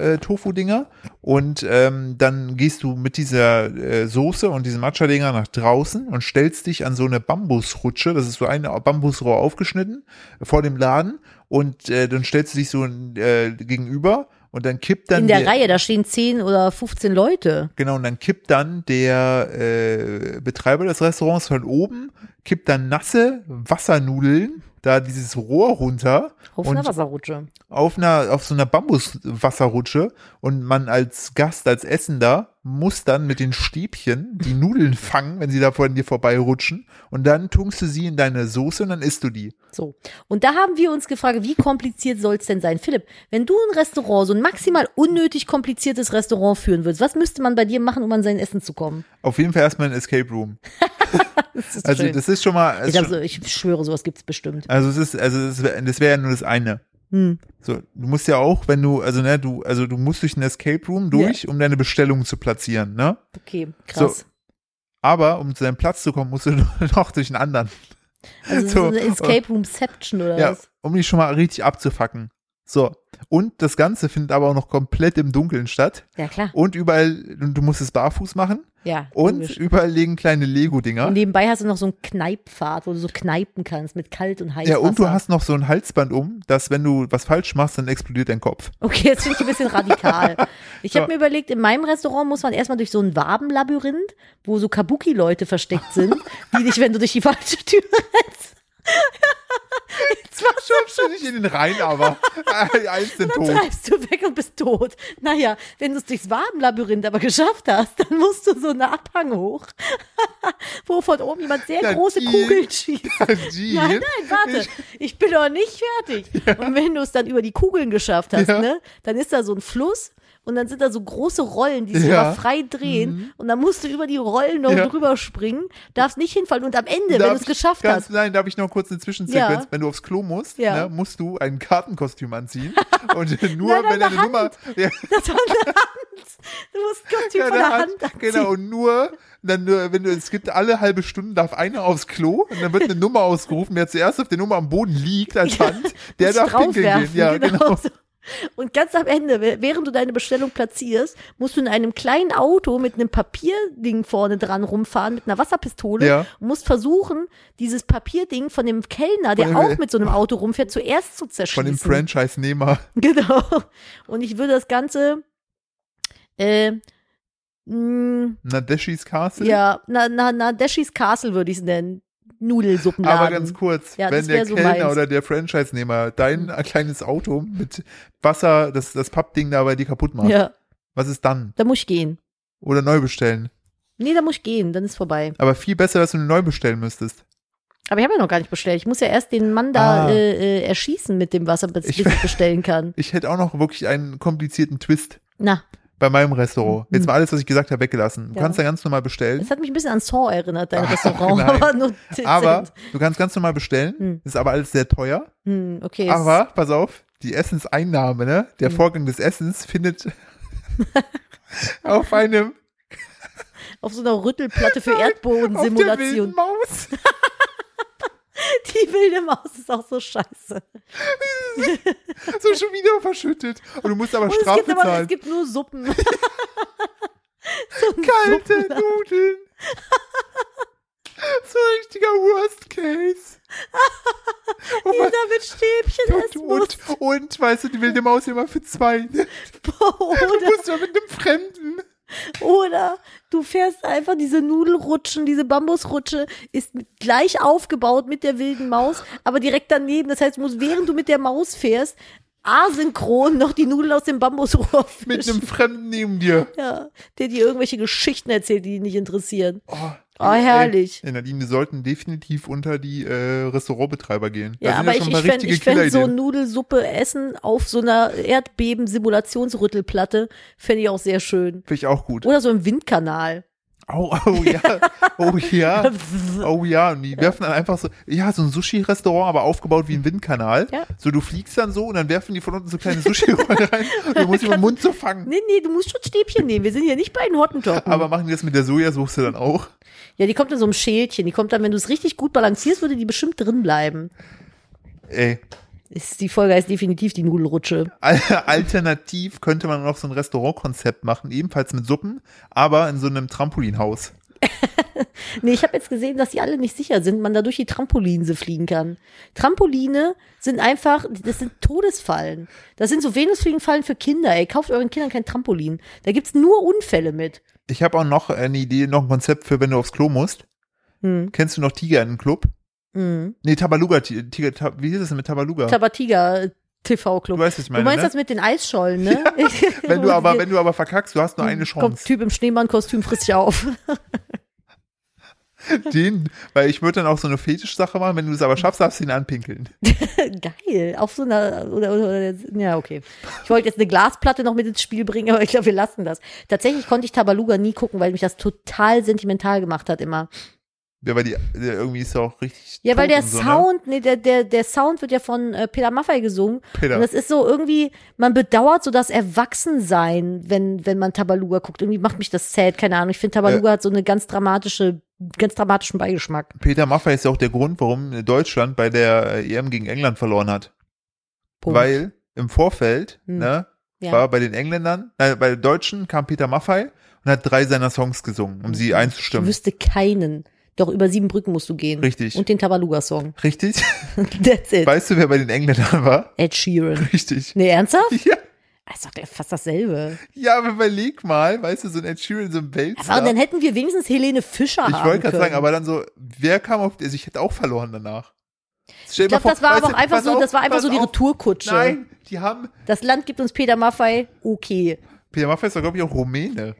Matcha-Tofu-Dinger. und ähm, dann gehst du mit dieser äh, Soße und diesen Matcha-Dinger nach draußen und stellst dich an so eine Bambusrutsche. Das ist so ein Bambusrohr aufgeschnitten äh, vor dem Laden. Und äh, dann stellst du dich so äh, gegenüber und dann kippt dann
In der
der-
Reihe, da stehen 10 oder 15 Leute.
Genau, und dann kippt dann der äh, Betreiber des Restaurants von oben, kippt dann nasse Wassernudeln da dieses Rohr runter
Auf
und
einer Wasserrutsche.
auf einer auf so einer Bambuswasserrutsche und man als Gast als Essender muss dann mit den Stäbchen die Nudeln fangen, wenn sie da vor dir vorbeirutschen und dann tunkst du sie in deine Soße und dann isst du die.
So. Und da haben wir uns gefragt, wie kompliziert soll es denn sein? Philipp, wenn du ein Restaurant, so ein maximal unnötig kompliziertes Restaurant führen würdest, was müsste man bei dir machen, um an sein Essen zu kommen?
Auf jeden Fall erstmal ein Escape Room.
Das ist
Also
schön.
das ist schon mal
ich,
es
glaub,
ist
so,
schon,
ich schwöre, sowas gibt's bestimmt.
also es ist also es wär- das wäre ja nur das eine.
Hm.
So, du musst ja auch, wenn du also ne, du also du musst durch ein Escape Room durch, um deine Bestellung zu platzieren, ne?
Okay, krass.
Aber um zu deinem Platz zu kommen, musst du noch durch einen anderen.
Also so,
So,
eine Escape Roomception oder
Ja,
was?
um dich schon mal richtig abzufacken. So. Und das Ganze findet aber auch noch komplett im Dunkeln statt.
Ja, klar.
Und überall, und du musst es barfuß machen.
Ja.
Und
logisch.
überall liegen kleine
Und
Lego-Dinger.
nebenbei hast du noch so einen Kneippfad, wo du so kneipen kannst mit kalt und heiß.
Ja, und du
Wasser.
hast noch so ein Halsband um, dass wenn du was falsch machst, dann explodiert dein Kopf.
Okay, jetzt finde ich ein bisschen radikal. Ich habe
Ja.
mir überlegt, in meinem Restaurant muss man erstmal durch so ein Wabenlabyrinth, wo so Kabuki-Leute versteckt sind, die dich, wenn du durch die falsche Tür rennst,
Schubst du nicht in den Rhein, aber eins sind tot.
treibst du weg und bist tot. Naja, wenn du es durchs Wabenlabyrinth aber geschafft hast, dann musst du so einen Abhang hoch, wo von oben jemand sehr
Ja,
große
die-
Kugeln schießt.
Die-
Nein, nein, warte. Ich bin noch nicht fertig. Und wenn du es dann über die Kugeln geschafft hast,
Ja.
ne, dann ist da so ein Fluss und dann sind da so große Rollen, die sich
Ja. Mhm.
immer frei drehen. Und dann musst du über die Rollen noch
Ja.
drüber springen, darfst nicht hinfallen. Und am Ende, wenn
Darf
du es
ich-
geschafft
ganz,
hast,
Nein, darf ich noch kurz eine Zwischensequenz?
Ja.
Wenn du aufs Klo musst,
Ja.
ne, musst du ein Kartenkostüm anziehen. Und nur
Nein,
wenn
an der
deine Nummer. Ja,
das war eine Hand. Du musst ein Kostüm
an
von
der
der Hand anziehen.
Genau, und nur, dann, nur, wenn du, es gibt alle halbe Stunde, darf einer aufs Klo und dann wird eine Nummer ausgerufen. Wer zuerst auf der Nummer am Boden liegt als Hand, der
Nicht
darf pinkeln gehen.
draufwerfen,
Ja, genau. Ja.
und musst versuchen, dieses Papierding von dem Kellner, der
dem-
auch mit so einem Auto rumfährt, zuerst zu
Von
zerschießen.
dem Franchise-Nehmer.
Genau. Und ich würde das Ganze äh, mh,
Nadeshis Castle.
ja, na, na, na, Deshis Castle würde ich es nennen. Nudelsuppenladen.
Aber ganz kurz,
Ja, das
wenn der
wär so
Kellner
meins. Hm.
oder der Franchise-Nehmer dein kleines Auto mit Wasser, das, das Pappding da bei dir kaputt macht,
Ja,
was ist dann?
da muss ich gehen.
Oder neu bestellen.
Nee, da muss ich gehen, dann ist vorbei.
Aber viel besser, dass du neu bestellen müsstest.
Aber ich habe ja noch gar nicht bestellt. Ich muss ja erst den Mann da
Ah.
äh, äh, erschießen mit dem Wasser, bis
Ich-
ich bestellen kann.
Ich hätte auch noch wirklich einen komplizierten Twist
Na,
bei meinem Restaurant. Jetzt mal alles, was ich gesagt habe, weggelassen. Du
Hm. Ja.
kannst da ganz normal bestellen.
das hat mich ein bisschen an Saw erinnert, dein Restaurant.
Äh. nein.
Aber nur dezent.
Aber du kannst ganz normal bestellen.
Hm.
Ist aber alles sehr teuer.
Hm, okay. es-
Aber pass auf, die Essenseinnahme, ne? Der
Hm.
Vorgang des Essens findet auf einem
Auf so einer Rüttelplatte für
auf der wilden
Erdbodensimulation.
Maus.
Die wilde Maus ist auch so scheiße.
So schon wieder verschüttet. Und du musst aber
Und Oh, es
Strafe
gibt aber es
zahlen.
gibt nur Suppen.
Oh Kalte Nudeln. so ein richtiger Worst Case.
die da mit Stäbchen
Und,
essen muss.
und, und, weißt du, die wilde Maus immer für zwei. ne? Du
Oder,
musst ja mit einem Fremden.
oder du fährst einfach diese Nudelrutschen, diese Bambusrutsche ist mit- gleich aufgebaut mit der wilden Maus, aber direkt daneben. Das heißt, du musst, während du mit der Maus fährst, asynchron noch die Nudeln aus dem Bambusrohr
Mit
fischen.
einem Fremden neben dir.
Ja, der dir irgendwelche Geschichten erzählt, die dich nicht interessieren.
Oh,
Oh, herrlich.
Ey, Nadine, wir sollten definitiv unter die äh, Restaurantbetreiber gehen. Da
Ja,
sind
aber ich,
schon
ich
mal
fände
richtige
ich fänd so
Killerideen.
Nudelsuppe essen auf so einer Erdbeben-Simulationsrüttelplatte, fände ich auch sehr schön.
Finde ich auch gut.
Oder so im Windkanal.
Oh, oh ja. Oh ja. Oh ja, und die werfen dann einfach so, ja, so ein Sushi-Restaurant, aber aufgebaut wie ein Windkanal.
Mhm. Ja.
So, du fliegst dann so und dann werfen die von unten so kleine Sushi-Rollen rein und du musst über den Mund so fangen.
Nee, nee, du musst schon Stäbchen nehmen. Wir sind hier nicht bei den Hottentoppen.
Aber machen die das mit der Sojasauce dann auch?
ja, die kommt in so einem Schälchen. Die kommt dann, wenn du es richtig gut balancierst, würde die bestimmt drin bleiben.
Ey,
Ist, die Folge heißt definitiv die Nudelrutsche.
al- alternativ könnte man noch so ein Restaurantkonzept machen, ebenfalls mit Suppen, aber in so einem Trampolinhaus.
Nee, ich habe jetzt gesehen, dass die alle nicht sicher sind, man da durch die Trampoline fliegen kann. Trampoline sind einfach, das sind Todesfallen. Das sind so Venusfliegenfallen für Kinder, ey. Kauft euren Kindern kein Trampolin. Da gibt's nur Unfälle mit.
Ich habe auch noch eine Idee, noch ein Konzept für, wenn du aufs Klo musst.
Hm.
Kennst du noch Tiger in den Club?
Mhm.
Nee, Tabaluga, Ti- Tiger, Ta wie hieß es denn mit Tabaluga?
Tabatiga TV Club.
du weißt, was ich
Du
meine,
meinst
ne?
das mit den Eisschollen, ne?
wenn du aber, wenn du aber verkackst, du hast
Hm,
nur eine Chance.
Kommt Typ im Schneemannkostüm, frisst dich auf.
Den, weil ich würde dann auch so eine Fetischsache machen, wenn du es aber schaffst, darfst du ihn anpinkeln.
Geil, auf so einer, oder, oder, oder ja, okay. Ich wollte jetzt eine Glasplatte noch mit ins Spiel bringen, aber ich glaube, wir lassen das. Tatsächlich konnte ich Tabaluga nie gucken, weil mich das total sentimental gemacht hat immer.
Ja, weil die, der irgendwie ist ja auch richtig.
Ja, weil
tot
der
und so, ne?
Sound, nee, der, der, der Sound wird ja von äh, Peter Maffay gesungen.
Peter.
Und das ist so irgendwie, man bedauert so das Erwachsensein, wenn, wenn man Tabaluga guckt. Irgendwie macht mich das sad, keine Ahnung. Ich finde,
Äh.
Tabaluga hat so eine ganz dramatische, ganz dramatischen Beigeschmack.
Peter Maffay ist ja auch der Grund, warum Deutschland bei der äh, EM gegen England verloren hat.
Punkt.
Weil im Vorfeld,
Hm.
ne,
Ja.
war bei den Engländern, nein, bei den Deutschen kam Peter Maffay und hat drei seiner Songs gesungen, um sie
Ich
einzustimmen.
wüsste keinen. Doch über sieben Brücken musst du gehen.
Richtig.
Und den Tabaluga-Song.
Richtig?
That's it.
Weißt du, wer bei den Engländern war?
Ed Sheeran.
Richtig.
Nee, ernsthaft?
Ja,
Das Ah, ist doch fast dasselbe.
ja, aber überleg mal, weißt du, so ein Ed Sheeran, so ein
Aber dann
Weltstar.
hätten wir wenigstens Helene Fischer
Ich
haben
wollte gerade
können.
sagen, aber dann so, wer kam auf, also ich hätte auch verloren danach.
ich glaube, das war aber auch einfach so, das war einfach so die Retourkutsche.
Nein, die haben,
Das Land gibt uns Peter Maffei, okay.
Peter Maffay ist doch, glaube ich, auch Rumäne.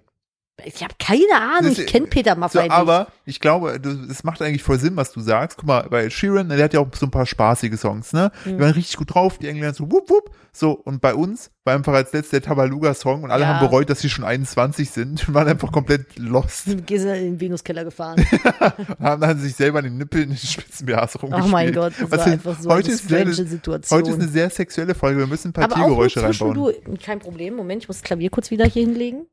Ich habe keine Ahnung,
Das-
ich kenne Peter
So,
Maffei nicht.
aber ich glaube, das, das macht eigentlich voll Sinn, was du sagst. Guck mal, bei Sheeran, der hat ja auch so ein paar spaßige Songs, ne?
Mhm.
Die waren richtig gut drauf, die Engländer so wupp, wupp. So, und bei uns war einfach als letzter der Tabaluga-Song und alle
Ja.
haben bereut, dass sie schon 21 sind und waren einfach komplett lost.
Sind in den Venuskeller gefahren.
Und haben dann sich selber an den Nippeln in den Spitzenbehaars rumgespielt.
Oh mein Gott, das
Was
war
denn-
einfach so
heute
eine
ist sehr,
strange Situation.
Heute ist eine sehr sexuelle Folge, wir müssen ein paar
aber auch nur
Tiergeräusche reinbauen.
zwischendurch. Kein Problem, Moment, ich muss das Klavier kurz wieder hier hinlegen.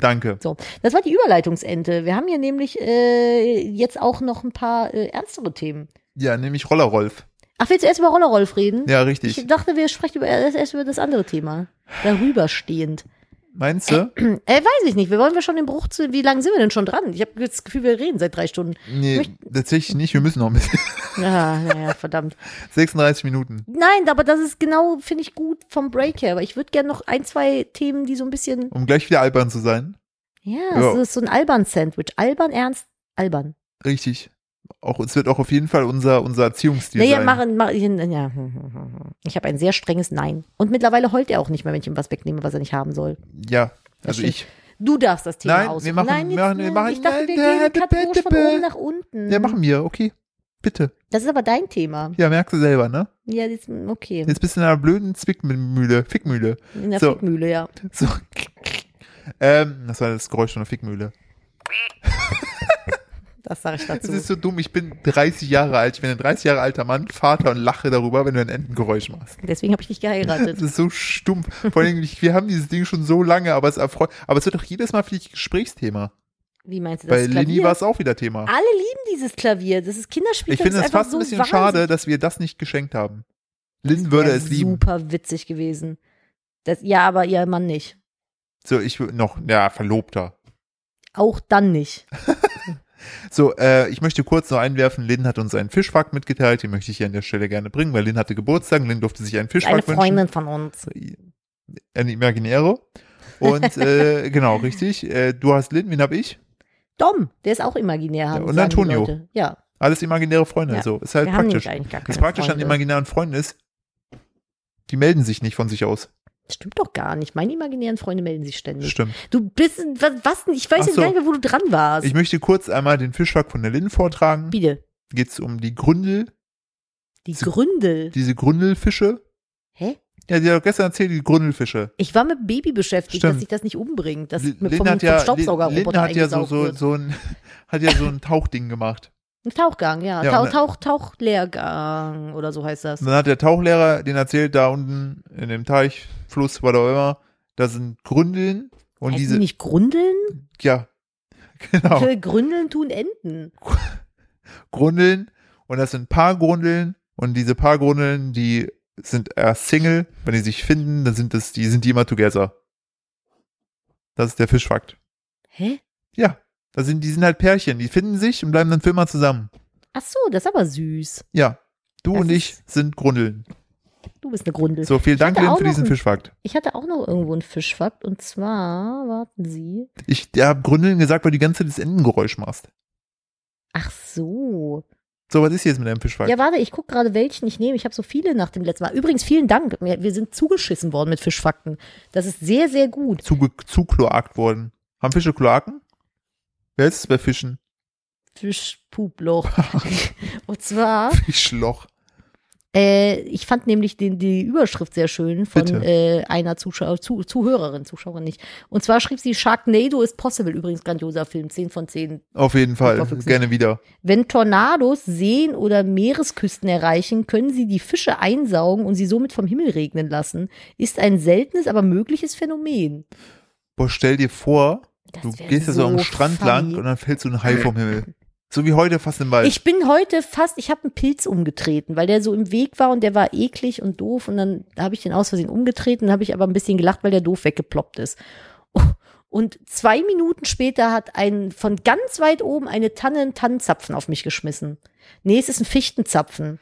Danke.
So, das war die Überleitungsente. Wir haben hier nämlich äh, jetzt auch noch ein paar äh, ernstere Themen.
Ja, nämlich Roller Rolf.
Ach, willst du erst über Rollerolf reden?
Ja,
ich
richtig.
dachte, wir sprechen über, erst erst über das andere Thema. Darüberstehend.
Meinst du?
Äh, weiß ich nicht. Wir wollen wir schon den Bruch zu. Wie lange sind wir denn schon dran? Ich habe das Gefühl, wir reden seit drei Stunden.
Nee, tatsächlich nicht, wir müssen noch ein bisschen.
Ah, naja, verdammt.
36 Minuten.
Nein, aber das ist genau, finde ich, gut vom Break her. Aber ich würde gerne noch ein, zwei Themen, die so ein bisschen.
Um gleich wieder albern zu sein.
Ja,
Ja.
das ist so ein Alban-Sandwich. Alban, ernst, Alban.
Richtig. Auch, es wird auch auf jeden Fall unser, unser Erziehungsstil
Naja,
sein.
machen, machen, ja. Ich habe ein sehr strenges Nein. Und mittlerweile heult er auch nicht mehr, wenn ich ihm was wegnehme, was er nicht haben soll.
ja,
Das
also
stimmt.
ich.
Du darfst das Thema
Nein, wir
aus.
machen-
nein,
wir
jetzt,
machen- wir
nein.
machen-
ich dachte, wir
nein,
gehen kategorisch von
bitte.
oben nach unten.
Ja, machen wir, okay. Bitte.
Das ist aber dein Thema.
Ja, merkst du selber, ne?
Ja, das, okay.
Jetzt bist du in einer blöden Zwickmühle, Fickmühle.
In der
so.
Fickmühle, ja.
So. Ähm, das war das Geräusch von der Fickmühle.
Das sage ich
Das
dazu.
ist so dumm, ich bin 30 Jahre alt, ich bin ein 30 Jahre alter Mann, Vater und lache darüber, wenn du ein Entengeräusch machst.
Deswegen habe ich dich
Das
geheiratet.
ist so stumpf. Vor allem, ich- wir haben dieses Ding schon so lange, aber es erfreut. Aber es wird doch jedes Mal für dich Gesprächsthema.
Wie meinst du das?
Bei Leni
Klavier?
war es auch wieder Thema.
Alle lieben dieses Klavier. Das ist Kinderspiel.
Ich finde
das
es
ist einfach
fast
so
ein bisschen
wahnsinnig.
schade, dass wir das nicht geschenkt haben. Lynn würde
Wär
es lieben.
Super witzig gewesen. Das, ja, aber ihr Mann nicht.
So, ich wür- noch, ja, Verlobter.
Auch dann nicht.
So, äh, ich möchte kurz noch einwerfen, Lynn hat uns einen Fischfakt mitgeteilt, den möchte ich hier an der Stelle gerne bringen, weil Lynn hatte Geburtstag, und Lynn durfte sich einen
Eine
Fischfakt wünschen.
Freundin von uns.
Eine Imaginäre. Und äh, genau, richtig. Äh, du hast Lynn, wen hab ich?
Dom, der ist auch imaginär. haben-
und
sagen die
Antonio.
Leute. Ja,
Alles imaginäre Freunde.
Ja.
So, ist halt
wir haben
praktisch.
nämlich eigentlich gar keine
Das Praktische an
Freunde.
imaginären Freunden ist, die melden sich nicht von sich aus.
Das stimmt doch gar nicht. Meine imaginären Freunde melden sich ständig.
Stimmt.
Du bist, was, was denn? Ich weiß
Ach
jetzt
so.
gar nicht mehr, wo du dran warst.
Ich möchte kurz einmal den Fischfakt von der Lynn vortragen.
Bitte.
Geht es um die Gründel
Die
Sie-
Gründel.
diese Grundelfische.
Hä?
Ja, die hat doch gestern erzählt, die Grundelfische.
Ich war mit Baby beschäftigt,
Stimmt.
dass sich das nicht umbringt. Das
L-
mit vom, vom
Lin
Staubsaugerroboter
hat ja so,
eingesaugt
so,
wird.
so ein, hat ja so ein Tauchding gemacht.
Ein Tauchgang, ja.
Ja,
Tauch,
und-
Tauch, Tauchlehrgang oder so heißt das.
Und dann hat der Tauchlehrer den erzählt, da unten in dem Teich, Fluss, was auch immer, da sind Gründeln und
heißt
diese,
nicht Gründeln?
ja, genau,
Gründeln tun Enten.
Grundeln und das sind Paargrundeln und diese Paargrundeln, die sind erst Single, wenn die sich finden, dann sind das, die sind die immer together. Das ist der Fischfakt.
Hä?
Ja, da sind, die sind halt Pärchen, die finden sich und bleiben dann für immer zusammen.
Ach so, das ist aber süß.
Ja, du
Das
und ich
ist-
sind Grundeln.
Du bist eine Grundel.
So, vielen Dank,
hatte
Lynn,
auch
für
noch
diesen
ein-
Fischfakt.
Ich hatte auch noch irgendwo einen Fischfakt und zwar, warten Sie.
Ich habe Grundeln gesagt, weil du die ganze Zeit das Endengeräusch machst.
Ach so.
So, was ist jetzt mit deinem Fischfakt?
Ja, warte, ich gucke gerade, welchen ich nehme. Ich habe so viele nach dem letzten Mal. Übrigens, vielen Dank. Wir wir sind zugeschissen worden mit Fischfakten. Das ist sehr, sehr gut.
Zuge zukloakt worden. Haben Fische Kloaken? Wer ist es bei Fischen?
Fischpuploch. Und zwar
Fischloch.
Äh, ich fand nämlich den, die Überschrift sehr schön von
Bitte.
äh, einer Zuschauer, zu, Zuhörerin, Zuschauerin nicht. Und zwar schrieb sie, Sharknado is possible, übrigens grandioser Film, 10 von 10.
Auf jeden Fall.
Auf jeden Fall.
Gerne wieder.
Wenn Tornados Seen oder Meeresküsten erreichen, können sie die Fische einsaugen und sie somit vom Himmel regnen lassen. Ist ein seltenes, aber mögliches Phänomen.
Boah, stell dir vor,
Das
du
wär
gehst da so am
so
Strand
funny.
lang und dann fällt so ein Hai vom Himmel. So wie heute fast im Wald.
Ich bin heute fast, ich habe einen Pilz umgetreten, weil der so im Weg war und der war eklig und doof und dann habe ich den aus Versehen umgetreten, dann habe ich aber ein bisschen gelacht, weil der doof weggeploppt ist. Und zwei Minuten später hat ein von ganz weit oben eine Tanne einen Tannenzapfen auf mich geschmissen. Nee, es ist ein Fichtenzapfen.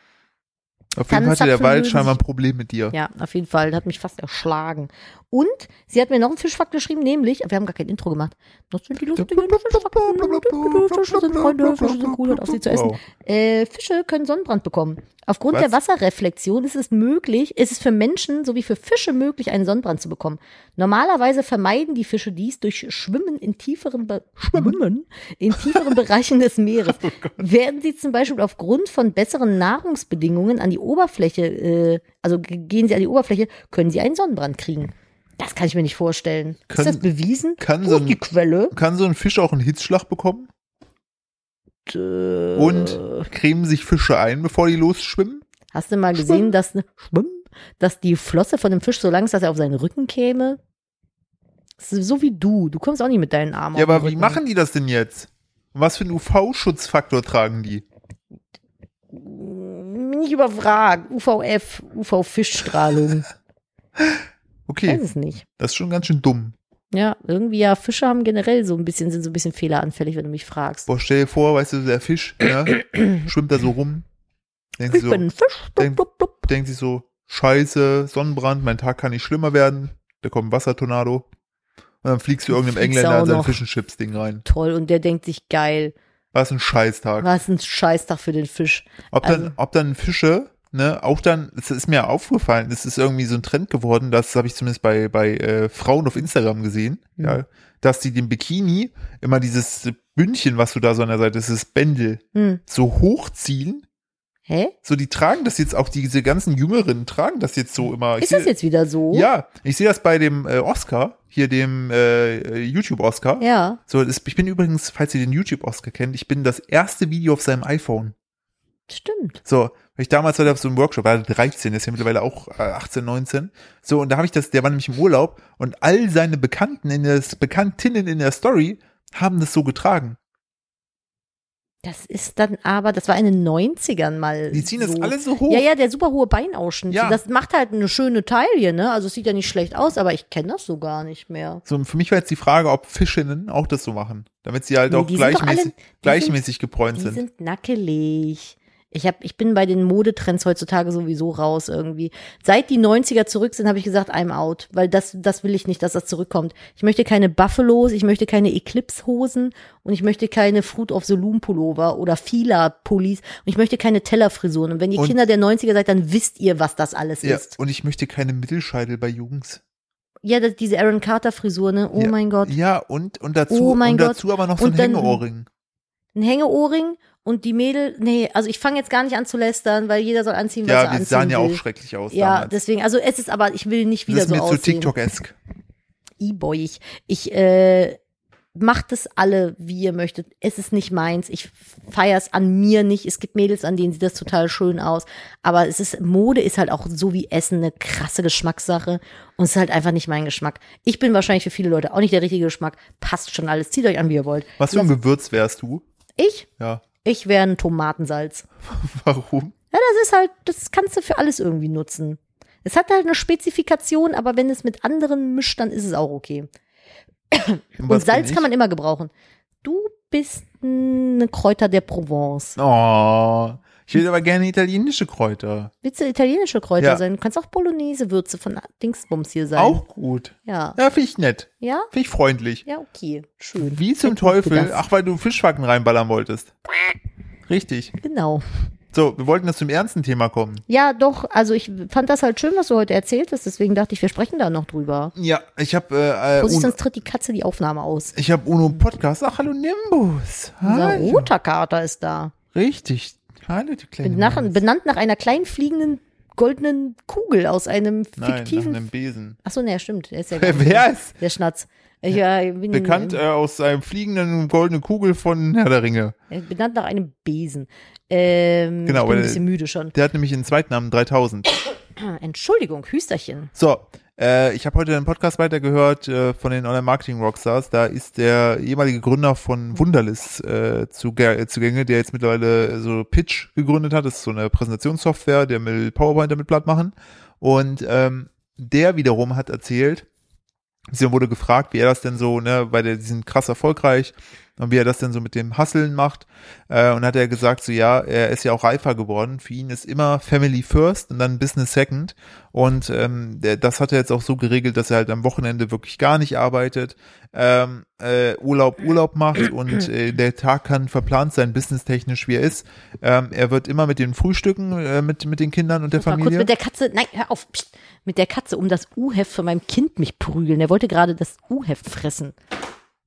Auf jeden Fall hatte der
Tannenzapfen
Wald
lösen
scheinbar ein
sich-
Problem mit dir.
Ja, auf jeden Fall. Hat mich fast erschlagen. Und sie hat mir noch einen Fischfakt geschrieben, nämlich, wir haben gar kein Intro gemacht. Das sind die lustigen Fischfakten. Fische sind Freunde, Fische sind cool, hört auf sie zu essen.
Wow.
Äh, Fische können Sonnenbrand bekommen. Aufgrund
Was?
der Wasserreflexion ist es möglich, ist es für Menschen sowie für Fische möglich, einen Sonnenbrand zu bekommen. Normalerweise vermeiden die Fische dies durch Schwimmen in tieferen, Be Schwimmen? In tieferen Bereichen des Meeres.
Oh
Werden sie zum Beispiel aufgrund von besseren Nahrungsbedingungen an die Oberfläche, äh, also ge- gehen sie an die Oberfläche, können sie einen Sonnenbrand kriegen. Das kann ich mir nicht vorstellen.
Kann-
ist das bewiesen?
kann
Wo
so
ist
ein-
die Quelle?
Kann so ein Fisch auch einen Hitzschlag bekommen?
Äh,
Und cremen sich Fische ein, bevor die losschwimmen?
Hast du mal
Schwimm.
gesehen, dass, ne- schwimm, dass die Flosse von dem Fisch so lang ist, dass er auf seinen Rücken käme? Das ist So wie du. Du kommst auch nicht mit deinen Armen
Ja,
auf den
aber wie
Rücken.
machen die das denn jetzt? Und was für einen UV-Schutzfaktor tragen die?
Bin ich überfragt. UVF, UV-Fischstrahlung. Weiß
Okay,
es nicht.
das ist schon ganz schön dumm.
Ja, irgendwie ja, Fische haben generell so ein bisschen, sind so ein bisschen fehleranfällig, wenn du mich fragst.
Boah, stell dir vor, weißt du, der Fisch ja, schwimmt da so rum. Denkt
ich
sich so,
bin ein Fisch. Blub,
denk-
blub, blub.
denkt sich so, scheiße, Sonnenbrand, mein Tag kann nicht schlimmer werden. Da kommt ein Wassertornado. Und dann fliegst du irgendeinem
Fliegst
Engländer
auch
in sein
noch.
Fischenchips-Ding rein.
Toll, und der denkt sich, geil,
Was ein Scheißtag.
was ein Scheißtag für den Fisch.
Ob
Also-
dann, ob dann Fische, ne, auch dann, es ist mir aufgefallen, es ist irgendwie so ein Trend geworden, das habe ich zumindest bei, bei äh, Frauen auf Instagram gesehen,
Mhm.
ja, dass die den Bikini immer dieses Bündchen, was du da so an der Seite, dieses Bändel,
Hm.
so hochziehen.
Hä?
So, die tragen das jetzt auch, diese ganzen Jüngeren tragen das jetzt so immer. Ich
Mhm. Ist das
seh-
jetzt wieder so?
Ja, ich sehe das bei dem äh, Oscar, hier dem äh, YouTube-Oscar.
Ja.
So, das, ich bin übrigens, falls ihr den YouTube-Oscar kennt, ich bin das erste Video auf seinem iPhone.
Stimmt.
So, weil ich damals war der auf so einem Workshop, war 13, ist ja mittlerweile auch äh, 18, 19. So, und da habe ich das, der war nämlich im Urlaub und all seine Bekannten in der, Bekanntinnen in der Story haben das so getragen.
Das ist dann aber, das war in den 90ern mal.
Die ziehen
so.
das alle so hoch.
Ja, ja, der super hohe Beinausschnitt.
Ja.
Das macht halt eine schöne Taille, ne? Also es sieht ja nicht schlecht aus, aber ich kenne das so gar nicht mehr.
So, und für mich war jetzt die Frage, ob Fischinnen auch das so machen, damit sie halt
Nee,
auch
die sind doch
gleichmäßig,
alle- die
gleichmäßig gebräunt
Die
sind.
sind nackelig. Ich, hab, ich bin bei den Modetrends heutzutage sowieso raus irgendwie. Seit die 90er zurück sind, habe ich gesagt, I'm out. Weil das, das will ich nicht, dass das zurückkommt. Ich möchte keine Buffalos, ich möchte keine Eclipse-Hosen und ich möchte keine Fruit of the Loom-Pullover oder Fila-Pullis und ich möchte keine Tellerfrisuren. Und wenn ihr
Und-
Kinder der 90er seid, dann wisst ihr, was das alles
ja,
ist.
und ich möchte keine Mittelscheitel bei Jungs.
Ja, das, diese Aaron Carter-Frisur, ne? Oh
Ja.
mein Gott.
Ja, und, und dazu,
Oh mein
und
Gott.
dazu aber noch so
Und
ein
dann-
Hängeohrring.
Ein Hängeohrring und die Mädel, nee, also ich fange jetzt gar nicht an zu lästern, weil jeder soll anziehen, was er
Ja, die
anziehen
sahen ja
will.
auch schrecklich aus
Ja,
damals.
deswegen, also es ist aber, ich will nicht wieder
das ist
so
mir zu
aussehen.
TikTok-esk.
E-Boy. Ich, ich äh, macht es alle, wie ihr möchtet. Es ist nicht meins. Ich feier's an mir nicht. Es gibt Mädels, an denen sieht das total schön aus. Aber es ist, Mode ist halt auch so wie Essen eine krasse Geschmackssache. Und es ist halt einfach nicht mein Geschmack. Ich bin wahrscheinlich für viele Leute auch nicht der richtige Geschmack. Passt schon alles. Zieht euch an, wie ihr wollt.
Was für ein Gewürz wärst du?
Ich?
Ja.
Ich wäre ein Tomatensalz.
Warum?
Ja, das ist halt, das kannst du für alles irgendwie nutzen. Es hat halt eine Spezifikation, aber wenn es mit anderen mischt, dann ist es auch okay.
Und,
Und Salz kann man immer gebrauchen. Du bist eine Kräuter der Provence.
Oh, ich will aber gerne italienische Kräuter.
Willst du italienische Kräuter
Ja.
sein? Du kannst auch Bolognese-Würze von Dingsbums hier sein.
Auch gut.
Ja.
Ja, finde ich nett.
Ja?
Finde ich freundlich.
Ja, okay. Schön.
Wie zum
Hätte ich nicht
Teufel.
gedacht.
Ach, weil du Fischfacken reinballern wolltest. Richtig.
Genau.
So, wir wollten jetzt zum ernsten Thema kommen.
Ja, doch. Also ich fand das halt schön, was du heute erzählt hast. Deswegen dachte ich, wir sprechen da noch drüber.
Ja, ich habe äh, äh,
Vorsicht,
Uno,
sonst tritt die Katze die Aufnahme aus.
ich hab Uno Podcast. Ach, hallo Nimbus.
Unser
Hallo.
roter Kater ist da.
Richtig. Schade, die kleine
Nach,
Maus.
benannt nach einer kleinen fliegenden goldenen Kugel aus einem
Nein, nach
fiktiven.
einem Besen.
Achso, naja, stimmt. Der ist ja gar nicht-
Wer ist
Der Schnatz. Ich, ja, ich bin,
bekannt äh, aus einem fliegenden goldenen Kugel von Herr der Ringe?
äh, benannt nach einem Besen. Ähm,
Genau,
ich bin
weil-
ein bisschen müde schon. Ah,
Der hat nämlich einen Zweitnamen 3000.
Entschuldigung, Hüsterchen.
So, äh, ich habe heute einen Podcast weitergehört äh, von den Online-Marketing-Rockstars. Da ist der ehemalige Gründer von Wunderlist äh, zuge- zugänge, der jetzt mittlerweile so Pitch gegründet hat. Das ist so eine Präsentationssoftware, der will PowerPoint damit platt machen. Und ähm, der wiederum hat erzählt, sie wurde gefragt, wie er das denn so, ne, weil der, die sind krass erfolgreich und wie er das denn so mit dem Hasseln macht. Äh, und hat er gesagt, so ja, er ist ja auch reifer geworden. Für ihn ist immer Family First und dann Business Second. Und ähm, der, das hat er jetzt auch so geregelt, dass er halt am Wochenende wirklich gar nicht arbeitet, ähm, äh, Urlaub Urlaub macht und äh, der Tag kann verplant sein, businesstechnisch wie er ist. Ähm, er wird immer mit den Frühstücken, äh, mit, mit den Kindern und der
Mal kurz
Familie.
mit der Katze. Nein, hör auf. Psst. Mit der Katze um das U-Heft von meinem Kind mich prügeln. Der wollte gerade das U-Heft fressen.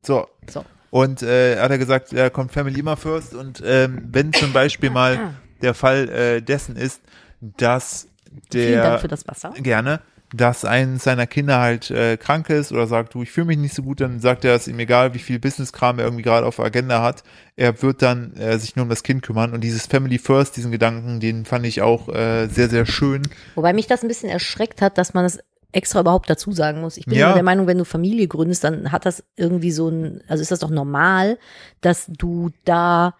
So,
So.
Und äh, hat er gesagt, er kommt Family immer first. Und ähm, wenn zum Beispiel
Ah.
mal der Fall äh, dessen ist, dass der
Vielen Dank für das Wasser.
gerne, dass eines seiner Kinder halt äh, krank ist oder sagt, du, ich fühle mich nicht so gut, dann sagt er, es ist ihm egal, wie viel Business-Kram er irgendwie gerade auf der Agenda hat, er wird dann äh, sich nur um das Kind kümmern. Und dieses Family First, diesen Gedanken, den fand ich auch äh, sehr, sehr schön.
Wobei mich das ein bisschen erschreckt hat, dass man das extra überhaupt dazu sagen muss. Ich bin
Ja.
immer der Meinung, wenn du Familie gründest, dann hat das irgendwie so ein, also ist das doch normal, dass du da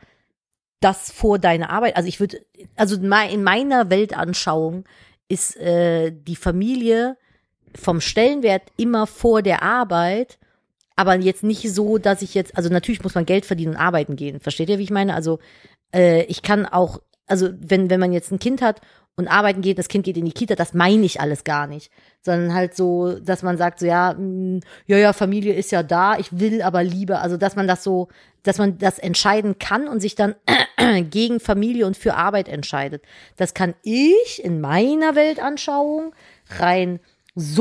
das vor deine Arbeit, also ich würde, also in mei- in meiner Weltanschauung ist äh, die Familie vom Stellenwert immer vor der Arbeit, aber jetzt nicht so, dass ich jetzt, also natürlich muss man Geld verdienen und arbeiten gehen. Versteht ihr, wie ich meine? Also äh, ich kann auch, also wenn, wenn man jetzt ein Kind hat und arbeiten geht, das Kind geht in die Kita, das meine ich alles gar nicht. Sondern halt so, dass man sagt, so ja, mh, ja, ja, Familie ist ja da, ich will aber Liebe. Also dass man das so, dass man das entscheiden kann und sich dann gegen Familie und für Arbeit entscheidet. Das kann ich in meiner Weltanschauung rein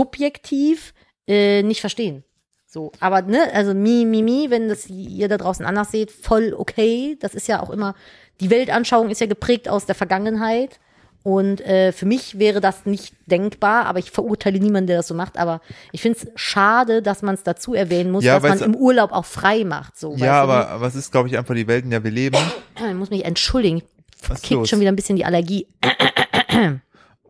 subjektiv äh, nicht verstehen. So, aber ne, also mi, mi, mi, wenn das ihr da draußen anders seht, voll okay. Das ist ja auch immer, die Weltanschauung ist ja geprägt aus der Vergangenheit. Und äh, für mich wäre das nicht denkbar, aber ich verurteile niemanden, der das so macht. Aber ich finde es schade, dass man es dazu erwähnen muss,
Ja,
dass man
weil's-
im Urlaub auch frei macht. So, weißt du,
Ja, aber was ist, glaube ich, einfach die Welt, in der wir leben?
ich muss mich entschuldigen.
Was ist
Kickt
los?
schon wieder ein bisschen die Allergie.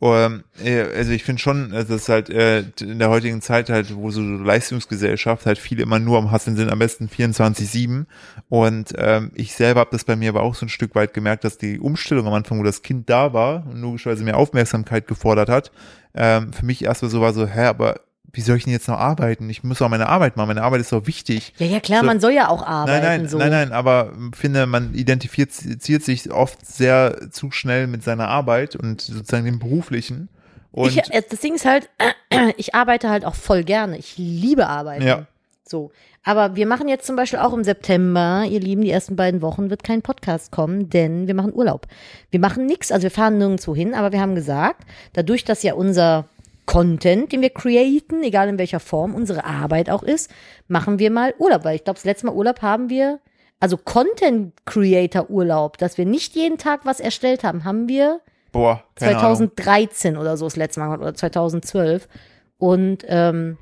Ähm, äh, also ich finde schon, also das ist halt äh, in der heutigen Zeit halt, wo so Leistungsgesellschaft halt viele immer nur am Hasseln sind, am besten 24-7. Und ähm, ich selber habe das bei mir aber auch so ein Stück weit gemerkt, dass die Umstellung am Anfang, wo das Kind da war und logischerweise mehr Aufmerksamkeit gefordert hat, ähm, für mich erstmal so war so, hä, aber wie soll ich denn jetzt noch arbeiten? Ich muss auch meine Arbeit machen, meine Arbeit ist doch wichtig.
Ja, ja, klar,
So.
man soll ja auch arbeiten.
Nein, nein,
so.
nein, nein, aber finde, man identifiziert sich oft sehr zu schnell mit seiner Arbeit und sozusagen dem beruflichen. Und
ich, äh, das Ding ist halt, ich arbeite halt auch voll gerne. Ich liebe Arbeiten.
Ja.
So. Aber wir machen jetzt zum Beispiel auch im September, ihr Lieben, die ersten beiden Wochen wird kein Podcast kommen, denn wir machen Urlaub. Wir machen nichts, also wir fahren nirgendwo hin, aber wir haben gesagt, dadurch, dass ja unser Content, den wir createn, egal in welcher Form unsere Arbeit auch ist, machen wir mal Urlaub. Weil ich glaube, das letzte Mal Urlaub haben wir, also Content Creator Urlaub, dass wir nicht jeden Tag was erstellt haben, haben wir
boah, keine Ahnung.
2013 oder so das letzte Mal gemacht, oder 2012. Und ähm,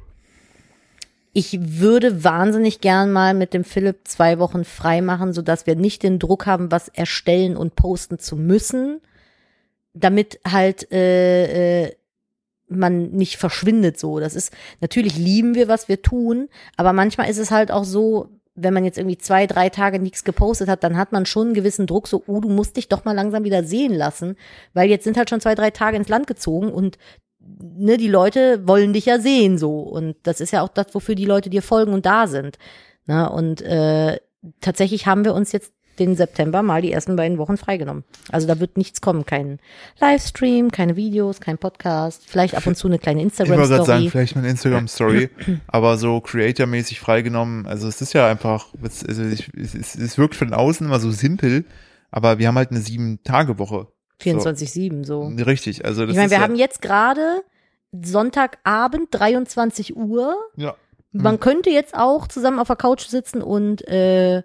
ich würde wahnsinnig gern mal mit dem Philipp zwei Wochen frei machen, sodass wir nicht den Druck haben, was erstellen und posten zu müssen, damit halt äh, äh, man nicht verschwindet so. Das ist, natürlich lieben wir, was wir tun, aber manchmal ist es halt auch so, wenn man jetzt irgendwie zwei, drei Tage nichts gepostet hat, dann hat man schon einen gewissen Druck, so, oh, du musst dich doch mal langsam wieder sehen lassen, weil jetzt sind halt schon zwei, drei Tage ins Land gezogen und ne, die Leute wollen dich ja sehen so. Und das ist ja auch das, wofür die Leute dir folgen und da sind. Na, und äh, tatsächlich haben wir uns jetzt den September mal die ersten beiden Wochen freigenommen. Also da wird nichts kommen. Kein Livestream, keine Videos, kein Podcast, vielleicht ab und zu eine kleine
Ich wollte gerade sagen,
Instagram-Story.
vielleicht meine Instagram-Story, aber so Creator-mäßig freigenommen, also es ist ja einfach, es, also ich, es, es, es wirkt von außen immer so simpel, aber wir haben halt eine Sieben-Tage-Woche.
24-7 so.
So. Richtig, also das
Ich meine,
ist
wir
ja,
haben jetzt gerade Sonntagabend, 23 Uhr.
ja.
Man
Mhm.
könnte jetzt auch zusammen auf der Couch sitzen und äh,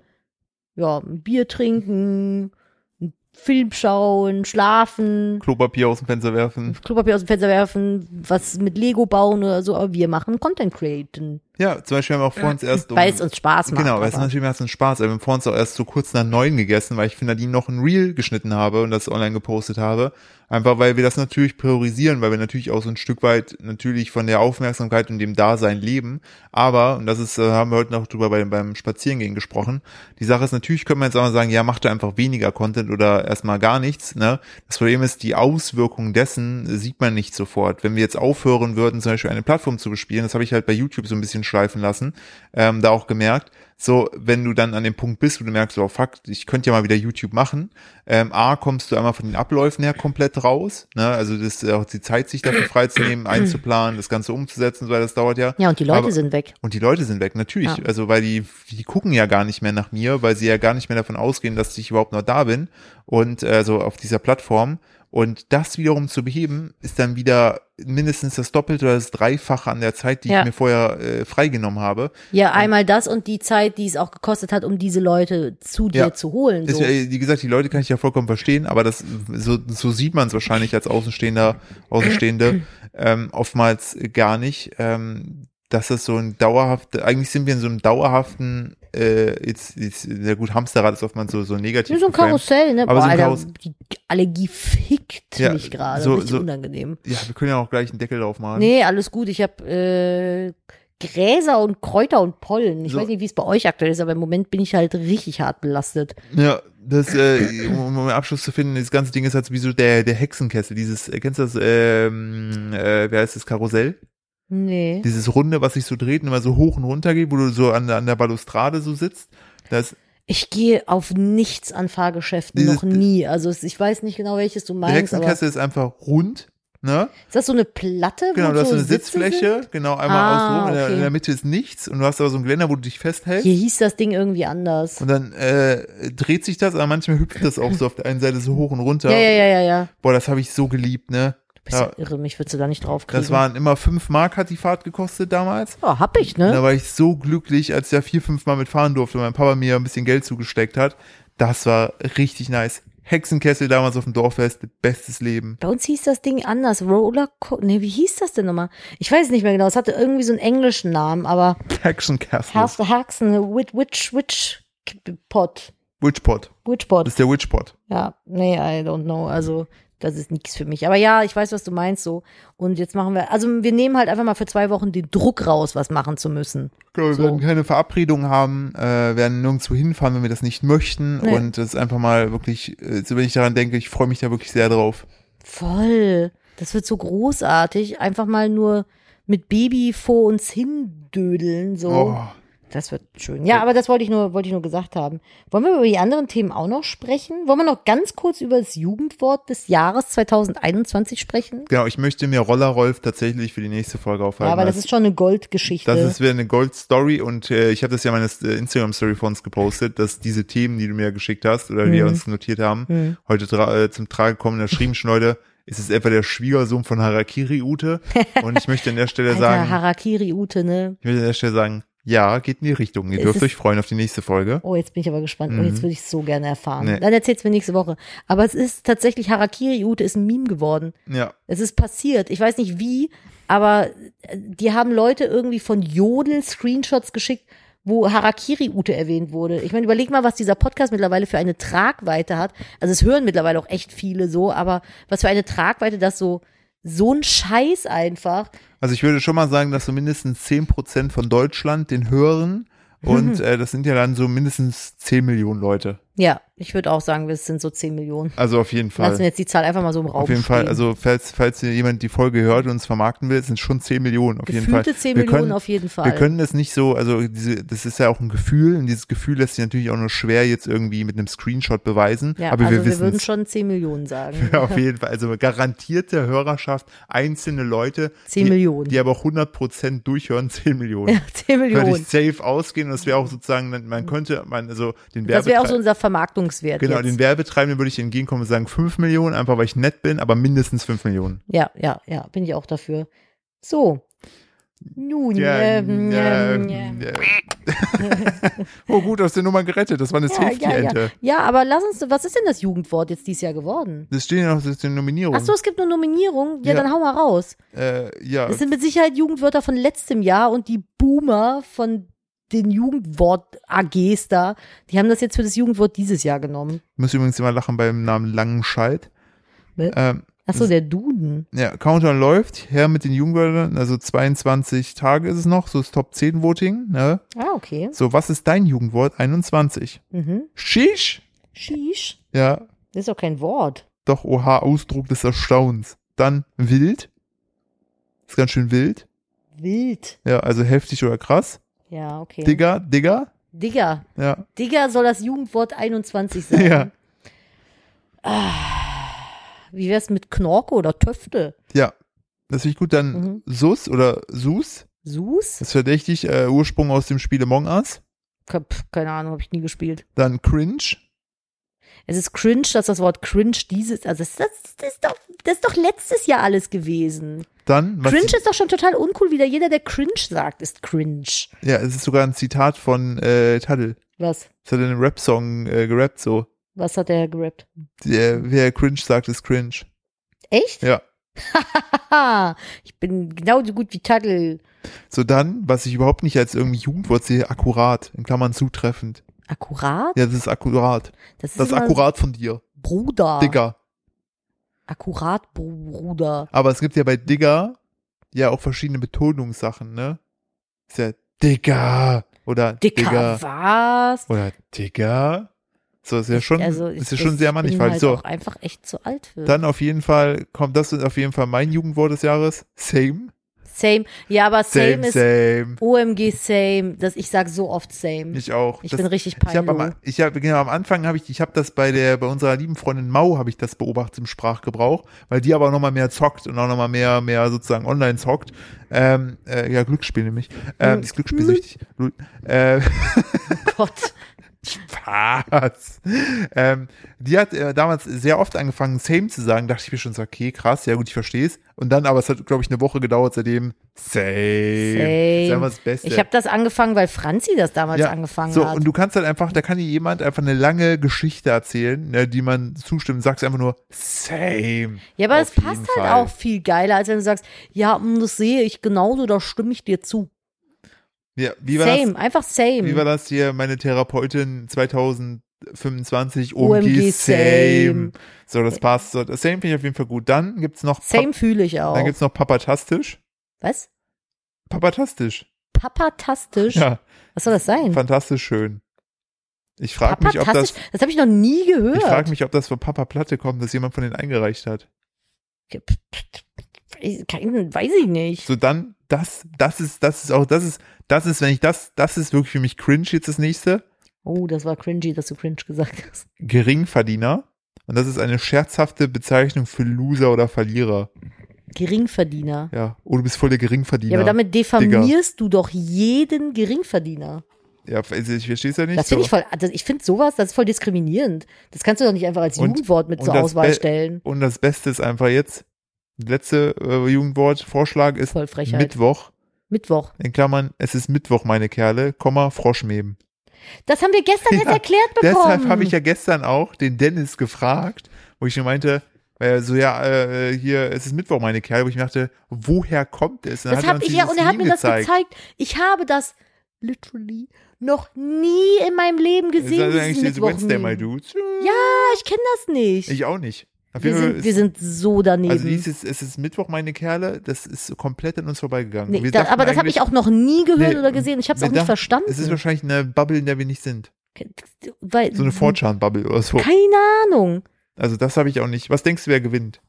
ja, ein Bier trinken, ein Film schauen, schlafen,
Klopapier aus dem Fenster werfen.
Klopapier aus dem Fenster werfen, was mit Lego bauen oder so, aber wir machen Content Creating,
Ja, zum Beispiel haben wir auch vor uns erst um,
weil es uns Spaß macht.
Genau, weil es
aber.
natürlich macht es einen Spaß. Aber wir haben vor uns auch erst so kurz nach neun gegessen, weil ich finde, die noch ein Reel geschnitten habe und das online gepostet habe. Einfach weil wir das natürlich priorisieren, weil wir natürlich auch so ein Stück weit natürlich von der Aufmerksamkeit und dem Dasein leben. Aber, und das ist, äh, haben wir heute noch drüber bei, beim Spazierengehen gesprochen, die Sache ist natürlich, können wir jetzt auch mal sagen, ja, macht da einfach weniger Content oder erstmal gar nichts. Ne? Das Problem ist, die Auswirkungen dessen sieht man nicht sofort. Wenn wir jetzt aufhören würden, zum Beispiel eine Plattform zu bespielen, das habe ich halt bei YouTube so ein bisschen schleifen lassen, ähm, da auch gemerkt, so, wenn du dann an dem Punkt bist, wo du merkst, oh fuck, ich könnte ja mal wieder YouTube machen, ähm, A, kommst du einmal von den Abläufen her komplett raus, ne, also das, auch die Zeit, sich dafür freizunehmen, einzuplanen, das Ganze umzusetzen, und so weiter, das dauert ja.
Ja, und die Leute
Aber-
sind weg.
Und die Leute sind weg, natürlich,
Ja.
also weil die, die gucken ja gar nicht mehr nach mir, weil sie ja gar nicht mehr davon ausgehen, dass ich überhaupt noch da bin und äh, so auf dieser Plattform. Und das wiederum zu beheben, ist dann wieder mindestens das Doppelte oder das Dreifache an der Zeit, die
Ja.
ich mir vorher äh, freigenommen habe.
Ja, einmal das und die Zeit, die es auch gekostet hat, um diese Leute zu dir
Ja.
zu holen.
Ist
So.
ja, äh, wie gesagt, die Leute kann ich ja vollkommen verstehen, aber das so, so sieht man es wahrscheinlich als Außenstehender, Außenstehende ähm, oftmals gar nicht. Ähm, dass das so ein dauerhafte, eigentlich sind wir in so einem dauerhaften, äh, jetzt, jetzt, na gut, Hamsterrad ist oftmals so, so negativ.
Nur so ein
geframed.
Karussell, ne?
Aber
Boah,
so ein
Alter,
Karus-
die Allergie fickt
Ja,
mich gerade.
so-
Richtig
so-
unangenehm.
Ja, wir können ja auch gleich einen Deckel drauf machen.
Nee, alles gut. Ich habe äh, Gräser und Kräuter und Pollen. Ich
So.
weiß nicht, wie es bei euch aktuell ist, aber im Moment bin ich halt richtig hart belastet.
Ja, das, äh, um, um einen Abschluss zu finden, das ganze Ding ist halt wie so der, der Hexenkessel, dieses, äh, kennst du das, ähm, äh, wer heißt das, Karussell?
Nee.
Dieses Runde, was sich so dreht und immer so hoch und runter geht, wo du so an, der- an der Balustrade so sitzt. Das,
Ich gehe auf nichts an Fahrgeschäften,
Dieses-
noch nie. Also es- ich weiß nicht genau, welches du
Der
meinst, aber ist
Hexenkessel ist einfach rund, ne?
das so eine Platte? wo
Genau, du hast
so
so eine
Sitze sind?
Sitzfläche, genau, einmal
Ah,
außenrum, in, der,
okay.
in der Mitte ist nichts und du hast aber so ein Geländer, wo du dich festhältst.
Hier hieß das Ding irgendwie anders.
Und dann äh, dreht sich das, aber manchmal hüpft das auch so auf der einen Seite so hoch und runter.
Ja, ja, ja, ja, ja.
Boah, das habe ich so geliebt, ne?
Bist
Ja,
ja. irre, mich würdest du da nicht drauf kriegen.
das waren immer fünf Mark hat die Fahrt gekostet damals.
ja, hab ich, ne?
Da war ich so glücklich, als ich da vier, fünf Mal mitfahren durfte und mein Papa mir ein bisschen Geld zugesteckt hat. Das war richtig nice. Hexenkessel damals auf dem Dorffest, bestes Leben.
Bei uns hieß das Ding anders. Roller, ne, wie hieß das denn nochmal? Ich weiß nicht mehr genau. Es hatte irgendwie so einen englischen Namen, aber
Hexenkessel.
Herste Haxen, Witch, Witch, Witch Pot.
Witchpot.
Witchpot.
Das ist der Witchpot.
Ja, nee, I don't know. Also, das ist nichts für mich. Aber ja, ich weiß, was du meinst so. Und jetzt machen wir, also wir nehmen halt einfach mal für zwei Wochen den Druck raus, was machen zu müssen.
Genau, wir
So.
werden keine Verabredung haben, äh, werden nirgendwo hinfahren, wenn wir das nicht möchten.
Nee.
Und das ist einfach mal wirklich, äh, so wenn ich daran denke, ich freue mich da wirklich sehr drauf.
Voll. Das wird so großartig. Einfach mal nur mit Baby vor uns hindödeln. So.
Oh,
Das wird schön. Ja, aber das wollte ich nur, wollte ich nur gesagt haben. Wollen wir über die anderen Themen auch noch sprechen? Wollen wir noch ganz kurz über das Jugendwort des Jahres 2021 sprechen?
genau, ich möchte mir Roller Rolf tatsächlich für die nächste Folge aufhalten.
Ja, aber das
Das-
ist schon eine Goldgeschichte.
das ist wieder eine Gold Story und äh, ich habe das ja in meiner äh, Instagram Story von uns gepostet, dass diese Themen, die du mir geschickt hast oder
Mhm.
die wir uns notiert haben, heute tra äh, zum Tragen kommen. Da schrieben schon Leute, ist es etwa der Schwiegersohn von Harakiri Ute? Und ich möchte an der Stelle
Alter,
sagen,
Harakiri Ute, ne?
ich möchte an der Stelle sagen, ja, geht in die Richtung. Ihr
Es
dürft
ist-
euch freuen auf die nächste Folge.
Oh, jetzt bin ich aber gespannt. Oh, jetzt würde ich es so gerne erfahren.
Mhm. Nee.
Dann erzähl's mir nächste Woche. Aber es ist tatsächlich, Harakiri Ute ist ein Meme geworden.
Ja,
Es ist passiert. Ich weiß nicht wie, aber äh, die haben Leute irgendwie von Jodel Screenshots geschickt, wo Harakiri Ute erwähnt wurde. Ich meine, überleg mal, was dieser Podcast mittlerweile für eine Tragweite hat. Also es hören mittlerweile auch echt viele so, aber was für eine Tragweite das so so ein Scheiß einfach.
also ich würde schon mal sagen, dass so mindestens 10% von Deutschland den hören und äh, das sind ja dann so mindestens 10 Millionen Leute.
Ja, ich würde auch sagen, wir sind so 10 Millionen.
Also auf jeden Fall.
Lassen wir jetzt die Zahl einfach mal so im Raum
Auf jeden Fall,
stehen.
also falls, falls hier jemand die Folge hört und uns vermarkten will, sind schon 10 Millionen auf jeden Fall.
Gefühlte 10
Wir
Millionen
können,
auf jeden Fall.
Wir können das nicht so, also diese, das ist ja auch ein Gefühl und dieses Gefühl lässt sich natürlich auch nur schwer jetzt irgendwie mit einem Screenshot beweisen,
ja,
aber
also
wir wissen
würden
es.
schon 10 Millionen sagen.
Ja, auf jeden Fall, also garantierte Hörerschaft, einzelne Leute,
10
die,
Millionen.
die aber auch 100% durchhören, 10 Millionen.
Ja, 10
Könnte
Millionen.
ich safe ausgehen und das wäre auch sozusagen, man könnte, man, also den
Das wäre auch so
Werbetreibenden,
unser Vermarktungswert
genau,
jetzt.
den Werbetreibenden würde ich entgegenkommen und sagen 5 Millionen, einfach weil ich nett bin, aber mindestens 5 Millionen.
Ja, ja, ja, bin ich auch dafür. So, Nun,
Ja,
ähm,
ja,
ähm, ja.
ja. oh, gut, aus der Nummer gerettet. Das war eine
Ja, ja,
Safety-Ente.
ja. ja, aber lass uns, was ist denn das Jugendwort jetzt dieses Jahr geworden?
Das stehen ja noch, das ist eine Nominierung.
Achso, es gibt eine Nominierung. Ja,
Oh. Ja.
dann hau mal raus.
Äh, ja.
Das sind mit Sicherheit Jugendwörter von letztem Jahr und die Boomer von den Jugendwort-AGs da, die haben das jetzt für das Jugendwort dieses Jahr genommen.
Ich muss übrigens immer lachen beim Namen Langenscheid.
Ne?
Ähm,
Achso, der Duden.
ja, Countdown läuft, her mit den Jugendwörtern, also 22 Tage ist es noch, so ist Top 10 Voting, ne?
Ah, okay.
So, was ist dein Jugendwort? 21.
Mhm.
Sheesh!
Shish.
Ja,
Das ist doch kein Wort.
doch, oha, Ausdruck des Erstaunens. Dann wild. Ist ganz schön wild.
Wild.
Ja, also heftig oder krass.
Ja, okay.
Digger, Digger.
Digger.
Ja,
Digger soll das Jugendwort 21 sein. Ah.
Ja.
Wie wär's mit Knorke oder Töfte?
ja. Das finde ich gut. Dann
Mhm.
Sus oder Sus.
Sus?
Das ist verdächtig. Äh, Ursprung aus dem Spiel Among Us.
Ke- pf, Keine Ahnung, habe ich nie gespielt.
Dann Cringe.
Es ist cringe, dass das Wort cringe dieses, also das, das, das, ist, doch, das ist doch letztes Jahr alles gewesen.
Dann, was
cringe ist doch schon total uncool wieder. Jeder, der cringe sagt, ist cringe.
ja, es ist sogar ein Zitat von äh, Taddle.
Was?
Das hat er in einem Rap-Song äh, gerappt, so.
Was hat er gerappt?
Der, wer Cringe sagt, ist Cringe.
Echt?
Ja.
Haha, ich bin genauso gut wie Tuttle.
So, dann, was ich überhaupt nicht als irgendwie Jugendwort sehe, akkurat, in Klammern zutreffend.
Akkurat?
Ja, das ist akkurat.
Das ist halt Ah.
Das ist
immer
akkurat von dir,
Bruder.
Digger.
Akkurat, Bru- Bruder.
Aber es gibt ja bei Digger ja auch verschiedene Betonungssachen, ne? Ist ja Digger oder
Dicker,
Digger
was?
oder Digger. So, ist ja schon,
also
ist ja
ich-
schon sehr
ich bin
mannigfaltig.
halt
so,
auch einfach echt zu alt für.
dann auf jeden Fall kommt das ist auf jeden Fall mein Jugendwort des Jahres. Same.
same. Ja, aber same,
Same,
ist
same.
OMG same. Das, ich sag so oft same. Ich,
Ich auch. Das-
bin richtig
ich habe
peinlich.
am, ich hab, genau, am Anfang habe ich, ich habe das bei der, bei unserer lieben Freundin Mau habe ich das beobachtet im Sprachgebrauch, weil die aber auch nochmal mehr zockt und auch nochmal mehr, mehr sozusagen online zockt. Ähm, äh, ja, Glücksspiel nämlich.
Hm.
Ähm, die ist glücksspielsüchtig. Lul. Äh,
Oh Gott.
Spaß. Ähm, die hat äh, damals sehr oft angefangen, Same zu sagen. Dachte ich mir schon so, okay, krass, ja gut, ich verstehe es. Und dann, aber es hat, glaube ich, eine Woche gedauert, seitdem Same.
Same.
Ist einfach das Beste.
Ich habe das angefangen, weil Franzi das damals angefangen
so,
hat.
Und du kannst halt einfach, da kann dir jemand einfach eine lange Geschichte erzählen, ne, die man zustimmt, sagst einfach nur same.
ja, aber
Auf
es passt
jeden
halt
Fall.
auch viel geiler, als wenn du sagst, ja, mm, das sehe ich genauso, da stimme ich dir zu.
Ja, wie war
Same, einfach same.
das? Wie war das hier, meine Therapeutin 2025 OMG,
OMG,
same.
same.
So, das passt. So, das same finde ich auf jeden Fall gut. Dann gibt's noch, Pap-
Same fühle ich auch.
dann gibt's noch Papatastisch.
Was?
Papatastisch.
Papatastisch?
Ja,
Was soll das sein?
fantastisch schön. Ich frage mich, ob das,
Das habe ich noch nie gehört.
ich frag mich, ob das von Papa Platte kommt, dass jemand von denen eingereicht hat.
Kein, weiß ich nicht.
So dann, das, das ist, das ist auch, das ist, das ist, wenn ich das, das ist wirklich für mich cringe jetzt das nächste.
Oh, das war cringy, dass du cringe gesagt hast.
Geringverdiener. Und das ist eine scherzhafte Bezeichnung für Loser oder Verlierer.
Geringverdiener.
Ja. Oh, du bist voll der Geringverdiener.
Ja, aber damit diffamierst du doch jeden Geringverdiener.
Ja, also ich verstehe es ja nicht.
Das finde ich voll, das, ich finde sowas, das ist voll diskriminierend. Das kannst du doch nicht einfach als
Und-
Jugendwort mit
und
zur
das
Auswahl
Be-
stellen.
Und das Beste ist einfach jetzt, das letzte äh, Jugendwort, Vorschlag ist
Voll Frechheit.
Mittwoch.
Mittwoch.
In Klammern, es ist Mittwoch, meine Kerle, Komma, Froschmeben.
Das haben wir gestern
Ja,
jetzt erklärt bekommen.
Deshalb habe ich ja gestern auch den Dennis gefragt, wo ich ihm meinte, äh, so ja, äh, hier, es ist Mittwoch, meine Kerle, wo ich mir dachte, woher kommt es? Und dann
Das
hat er
habe
uns
ich ja,
dieses
und er hat mir
Meme
das gezeigt. Ich habe das literally noch nie in meinem Leben
Das ist
gesehen.
also
dieses
eigentlich dieses Wednesday,
Mittwochmeme.
my dudes.
Ja, ich kenne das nicht.
Ich auch nicht. Auf
wir,
jeden Fall
sind,
ist-
wir sind so daneben.
also dieses, es ist Mittwoch, meine Kerle, das ist komplett an uns vorbeigegangen.
nee,
Wir
da,
dachten
aber das habe
eigentlich,
ich auch noch nie gehört
Nee,
oder gesehen. Ich habe es
wir
auch nicht
dachten,
verstanden.
Es ist wahrscheinlich eine Bubble, in der wir nicht sind.
Weil,
So eine Fortschan-Bubble oder so.
Keine Ahnung.
Also das habe ich auch nicht. Was denkst du, wer gewinnt?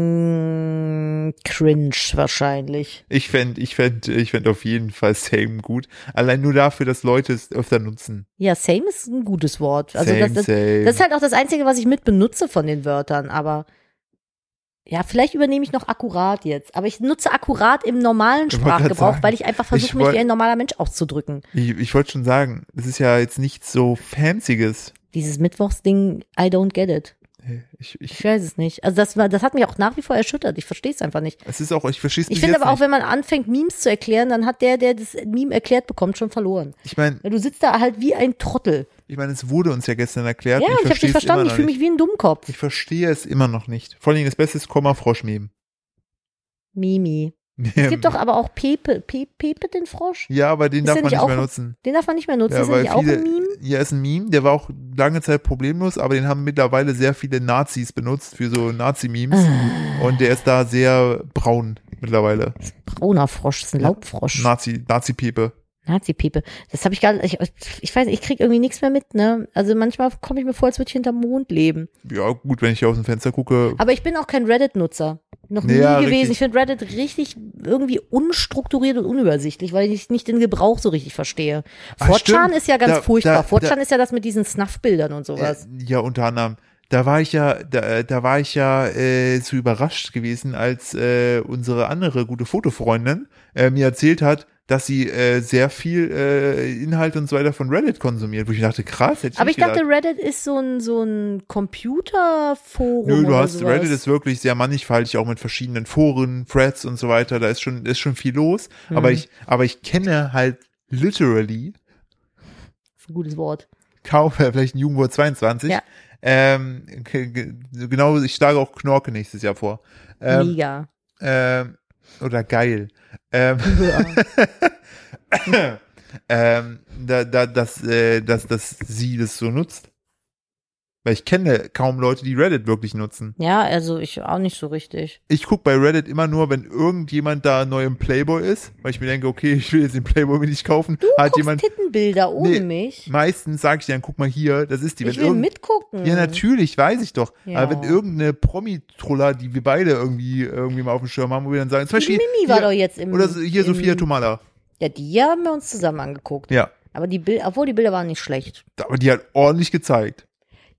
Mm, cringe wahrscheinlich.
Ich fände, ich fände, ich fände auf jeden Fall Same gut. Allein nur dafür, dass Leute es öfter nutzen.
Ja, same ist ein gutes Wort. Also
same,
das, das,
same.
das ist halt auch das Einzige, was ich mit benutze von den Wörtern. Aber ja, vielleicht übernehme ich noch akkurat jetzt. Aber ich nutze akkurat im normalen
Ich wollte grad
Sprachgebrauch,
sagen,
weil ich einfach versuche,
ich
mich
wollt-
wie ein normaler Mensch auszudrücken.
ich ich wollte schon sagen, das ist ja jetzt nichts so Fancyes.
Dieses Mittwochsding, I don't get it.
Nee, Ich, ich,
Ich weiß es nicht. Also das, war, das hat mich auch nach wie vor erschüttert. Ich verstehe es einfach nicht.
es ist auch, ich verstehe es
Ich
bis
finde
jetzt
aber auch,
nicht.
wenn man anfängt, Memes zu erklären, dann hat der, der das Meme erklärt bekommt, schon verloren.
Ich meine,
Weil du sitzt da halt wie ein Trottel.
ich meine, es wurde uns ja gestern erklärt.
Ja,
und
ich, habe
verstehe
dich
es
verstanden.
immer
Ich
noch
fühle
nicht.
mich wie ein Dummkopf.
Ich verstehe es immer noch nicht. Vor allem das Beste ist Komma Frosch Meme.
Mimi. Es gibt doch aber auch Pepe. Pe Pepe den Frosch?
ja, aber den
Ist
darf
der
man
nicht
nicht mehr
auch-
nutzen.
Den darf man nicht mehr nutzen.
Ja,
ist das
weil
nicht auch ein Meme?
viele, ja, ist ein Meme, der war auch lange Zeit problemlos, aber den haben mittlerweile sehr viele Nazis benutzt für so Nazi-Memes.
Ah,
Und der ist da sehr braun mittlerweile.
Brauner Frosch, ist ein
Ja.
Laubfrosch.
Nazi, Nazi-Pepe.
Nazi-Pepe. Das habe ich gar nicht. Ich, ich weiß, nicht, ich krieg irgendwie nichts mehr mit, ne? Also manchmal komme ich mir vor, als würde ich hinterm Mond leben.
Ja, gut, wenn ich hier aus dem Fenster gucke.
Aber ich bin auch kein Reddit-Nutzer. Noch nie
Ja,
gewesen.
richtig.
Ich finde Reddit richtig irgendwie unstrukturiert und unübersichtlich, weil ich nicht den Gebrauch so richtig verstehe.
Ah,
Fortran
stimmt.
ist ja ganz
Da- da-
furchtbar. Fortran
da-
ist ja das mit diesen Snuff-Bildern und
Äh,
sowas.
ja, unter anderem. Da war ich ja, da, da war ich ja äh, so überrascht gewesen, als äh, unsere andere gute Fotofreundin äh, mir erzählt hat, dass sie äh, sehr viel äh, Inhalt und so weiter von Reddit konsumiert, wo ich dachte, krass, hätte ich
Aber ich
nicht
dachte,
gedacht.
Reddit ist so ein, so ein Computerforum.
Nö, du
oder
hast,
sowas.
Reddit ist wirklich sehr mannigfaltig, auch mit verschiedenen Foren, Threads und so weiter, da ist schon, ist schon viel los,
Hm.
aber ich, aber ich kenne halt literally
Das ist ein gutes Wort.
kaum, äh, vielleicht ein Jugendwort 22,
Ja.
ähm, g- g- genau, ich schlage auch Knorke nächstes Jahr vor, ähm,
Mega.
ähm, oder geil, ähm,
Ja.
ähm, da, da, dass, äh, dass, dass sie das so nutzt. Weil ich kenne kaum Leute, die Reddit wirklich nutzen.
ja, also ich auch nicht so richtig.
ich gucke bei Reddit immer nur, wenn irgendjemand da neu im Playboy ist, weil ich mir denke, okay, ich will jetzt den Playboy mir nicht kaufen. Hat
Guckst
jemand,
Tittenbilder ohne
Nee.
mich.
meistens sage ich dann, guck mal hier, das ist die.
Ich
Wenn
will
irgend-
mitgucken.
ja, natürlich, weiß ich doch.
Mhm. Ja.
Aber wenn irgendeine Promi-Troller, die wir beide irgendwie, irgendwie mal auf dem Schirm haben, wo wir dann sagen, zum
Die
Beispiel.
Mimi war
hier,
doch jetzt im.
Oder so- hier
im,
Sophia Tomala.
Ja, die haben wir uns zusammen angeguckt.
Ja.
Aber die Bilder, obwohl die Bilder waren nicht schlecht.
Aber die hat ordentlich gezeigt.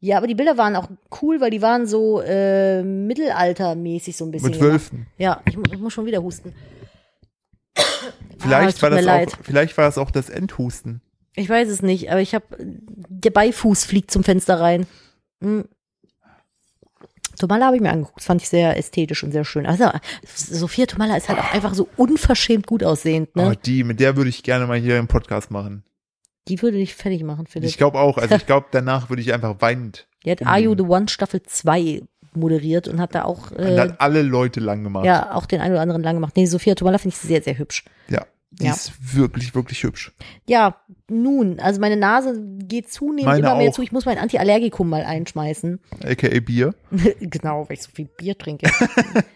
Ja, aber die Bilder waren auch cool, weil die waren so äh, mittelaltermäßig so ein bisschen.
Mit
gemacht.
Wölfen.
Ja, ich, mu- ich muss schon wieder husten. Ah, es
Vielleicht,
Ah, tut
war
mir
das
leid.
auch, vielleicht war das auch das Endhusten.
Ich weiß es nicht, aber ich habe der Beifuß fliegt zum Fenster rein. Hm. Tomala habe ich mir angeguckt, das fand ich sehr ästhetisch und sehr schön. Also Sophia Tomala ist halt auch einfach so unverschämt gut aussehend, ne?
Aber die, mit der würde ich gerne mal hier einen Podcast machen.
Die würde dich fertig machen, Philipp.
Ich glaube auch. Also ich glaube, danach würde ich einfach weinend.
Die hat Are You the One Staffel 2 moderiert und hat da auch
Und
äh,
hat alle Leute lang gemacht.
ja, auch den einen oder anderen lang gemacht. Nee, Sophia Tomala finde ich sehr, sehr hübsch.
Ja, die
Ja.
ist wirklich, wirklich hübsch.
Ja, nun, also meine Nase geht zunehmend
Meine
immer mehr
auch.
zu. Ich muss mein Antiallergikum mal einschmeißen.
AKA Bier.
genau, weil ich so viel Bier trinke.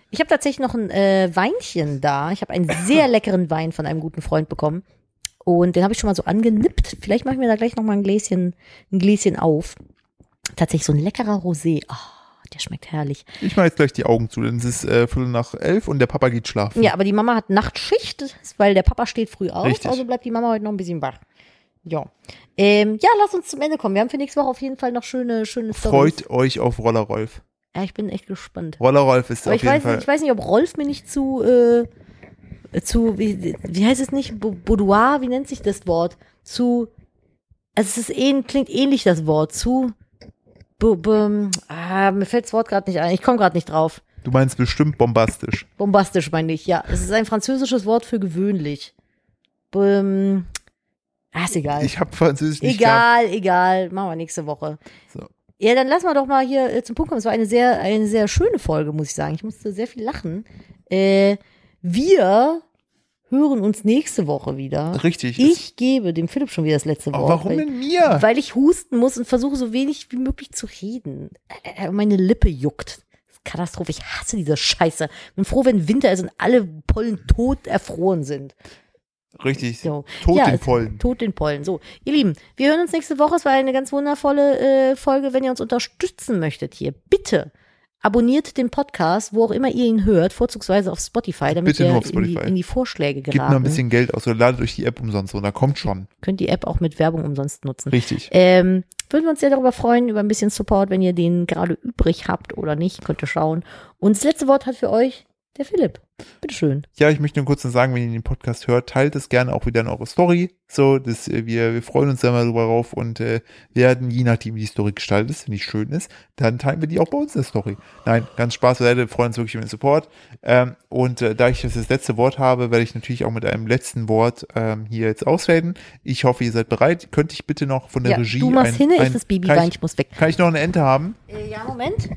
ich habe tatsächlich noch ein äh, Weinchen da. Ich habe einen sehr leckeren Wein von einem guten Freund bekommen. Und den habe ich schon mal so angenippt. Vielleicht mache ich mir da gleich noch mal ein Gläschen, ein Gläschen auf. Tatsächlich so ein leckerer Rosé. Ah, der schmeckt herrlich.
Ich mache jetzt gleich die Augen zu, denn es ist äh, Viertel nach elf und der Papa geht schlafen.
Ja, aber die Mama hat Nachtschicht, weil der Papa steht früh auf,
Richtig.
also bleibt die Mama heute noch ein bisschen wach. Ja. Ähm, ja, lass uns zum Ende kommen. Wir haben für nächste Woche auf jeden Fall noch schöne, schöne Storys.
Freut euch auf Roller Rolf.
Ja, ich bin echt gespannt.
Roller Rolf ist auf
Aber ich
jeden
weiß,
Fall.
nicht, ich weiß nicht, ob Rolf mir nicht zu, äh, zu, wie, wie heißt es nicht? Bo- Boudoir, wie nennt sich das Wort? Zu, also es ist ähn, klingt ähnlich das Wort, zu, bo, bo, ah, mir fällt das Wort gerade nicht ein, ich komme gerade nicht drauf.
du meinst bestimmt bombastisch.
Bombastisch meine ich, ja. Es ist ein französisches Wort für gewöhnlich. Ähm, ah, ist egal.
Ich habe Französisch nicht gehabt.
egal, egal. Machen wir nächste Woche.
So.
Ja, dann lassen wir doch mal hier äh, zum Punkt kommen. Es war eine sehr, eine sehr schöne Folge, muss ich sagen. Ich musste sehr viel lachen. Äh, wir hören uns nächste Woche wieder.
Richtig. ist-
Ich gebe dem Philipp schon wieder das letzte Wort.
oh, warum
weil-
denn mir?
Weil ich husten muss und versuche so wenig wie möglich zu reden. Äh, äh, Meine Lippe juckt. Das ist Katastrophe. Ich hasse diese Scheiße. Bin froh, wenn Winter ist und alle Pollen tot erfroren sind.
Richtig.
So.
Tot
Ja,
den
es-
Pollen.
Tot den Pollen. So, ihr Lieben, wir hören uns nächste Woche. Es war eine ganz wundervolle äh, Folge. Wenn ihr uns unterstützen möchtet hier, bitte abonniert den Podcast, wo auch immer ihr ihn hört, vorzugsweise auf Spotify, damit
Bitte
ihr
nur auf
In, die,
Spotify.
in die Vorschläge
Gebt mal ein
geraten.
bisschen Geld aus oder ladet euch die App umsonst runter. Kommt schon.
Könnt die App auch mit Werbung umsonst nutzen.
Richtig.
Ähm, würden wir uns sehr darüber freuen, über ein bisschen Support, wenn ihr den gerade übrig habt oder nicht, könnt ihr schauen. Und das letzte Wort hat für euch der Philipp. Bitteschön.
Ja, ich möchte nur kurz noch sagen, wenn ihr den Podcast hört, teilt es gerne auch wieder in eure Story. So, das, äh, wir, wir freuen uns da mal drüber rauf und äh, werden, je nachdem, wie die Story gestaltet ist, wenn die schön ist, dann teilen wir die auch bei uns in der Story. Nein, ganz Spaß beiseite, wir freuen uns wirklich über den Support. Ähm, und äh, da ich jetzt das letzte Wort habe, werde ich natürlich auch mit einem letzten Wort ähm, hier jetzt ausreden. Ich hoffe, ihr seid bereit. Könnte ich bitte noch von der
Ja,
Regie.
du machst
ein-
hinne, ich
ein-
das Baby
kann
rein,
ich,
ich muss weg.
kann ich noch eine Ente haben?
Äh, ja, Moment.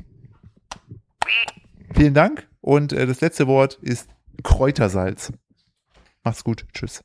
Vielen Dank. Und äh, das letzte Wort ist Kräutersalz. Macht's gut. Tschüss.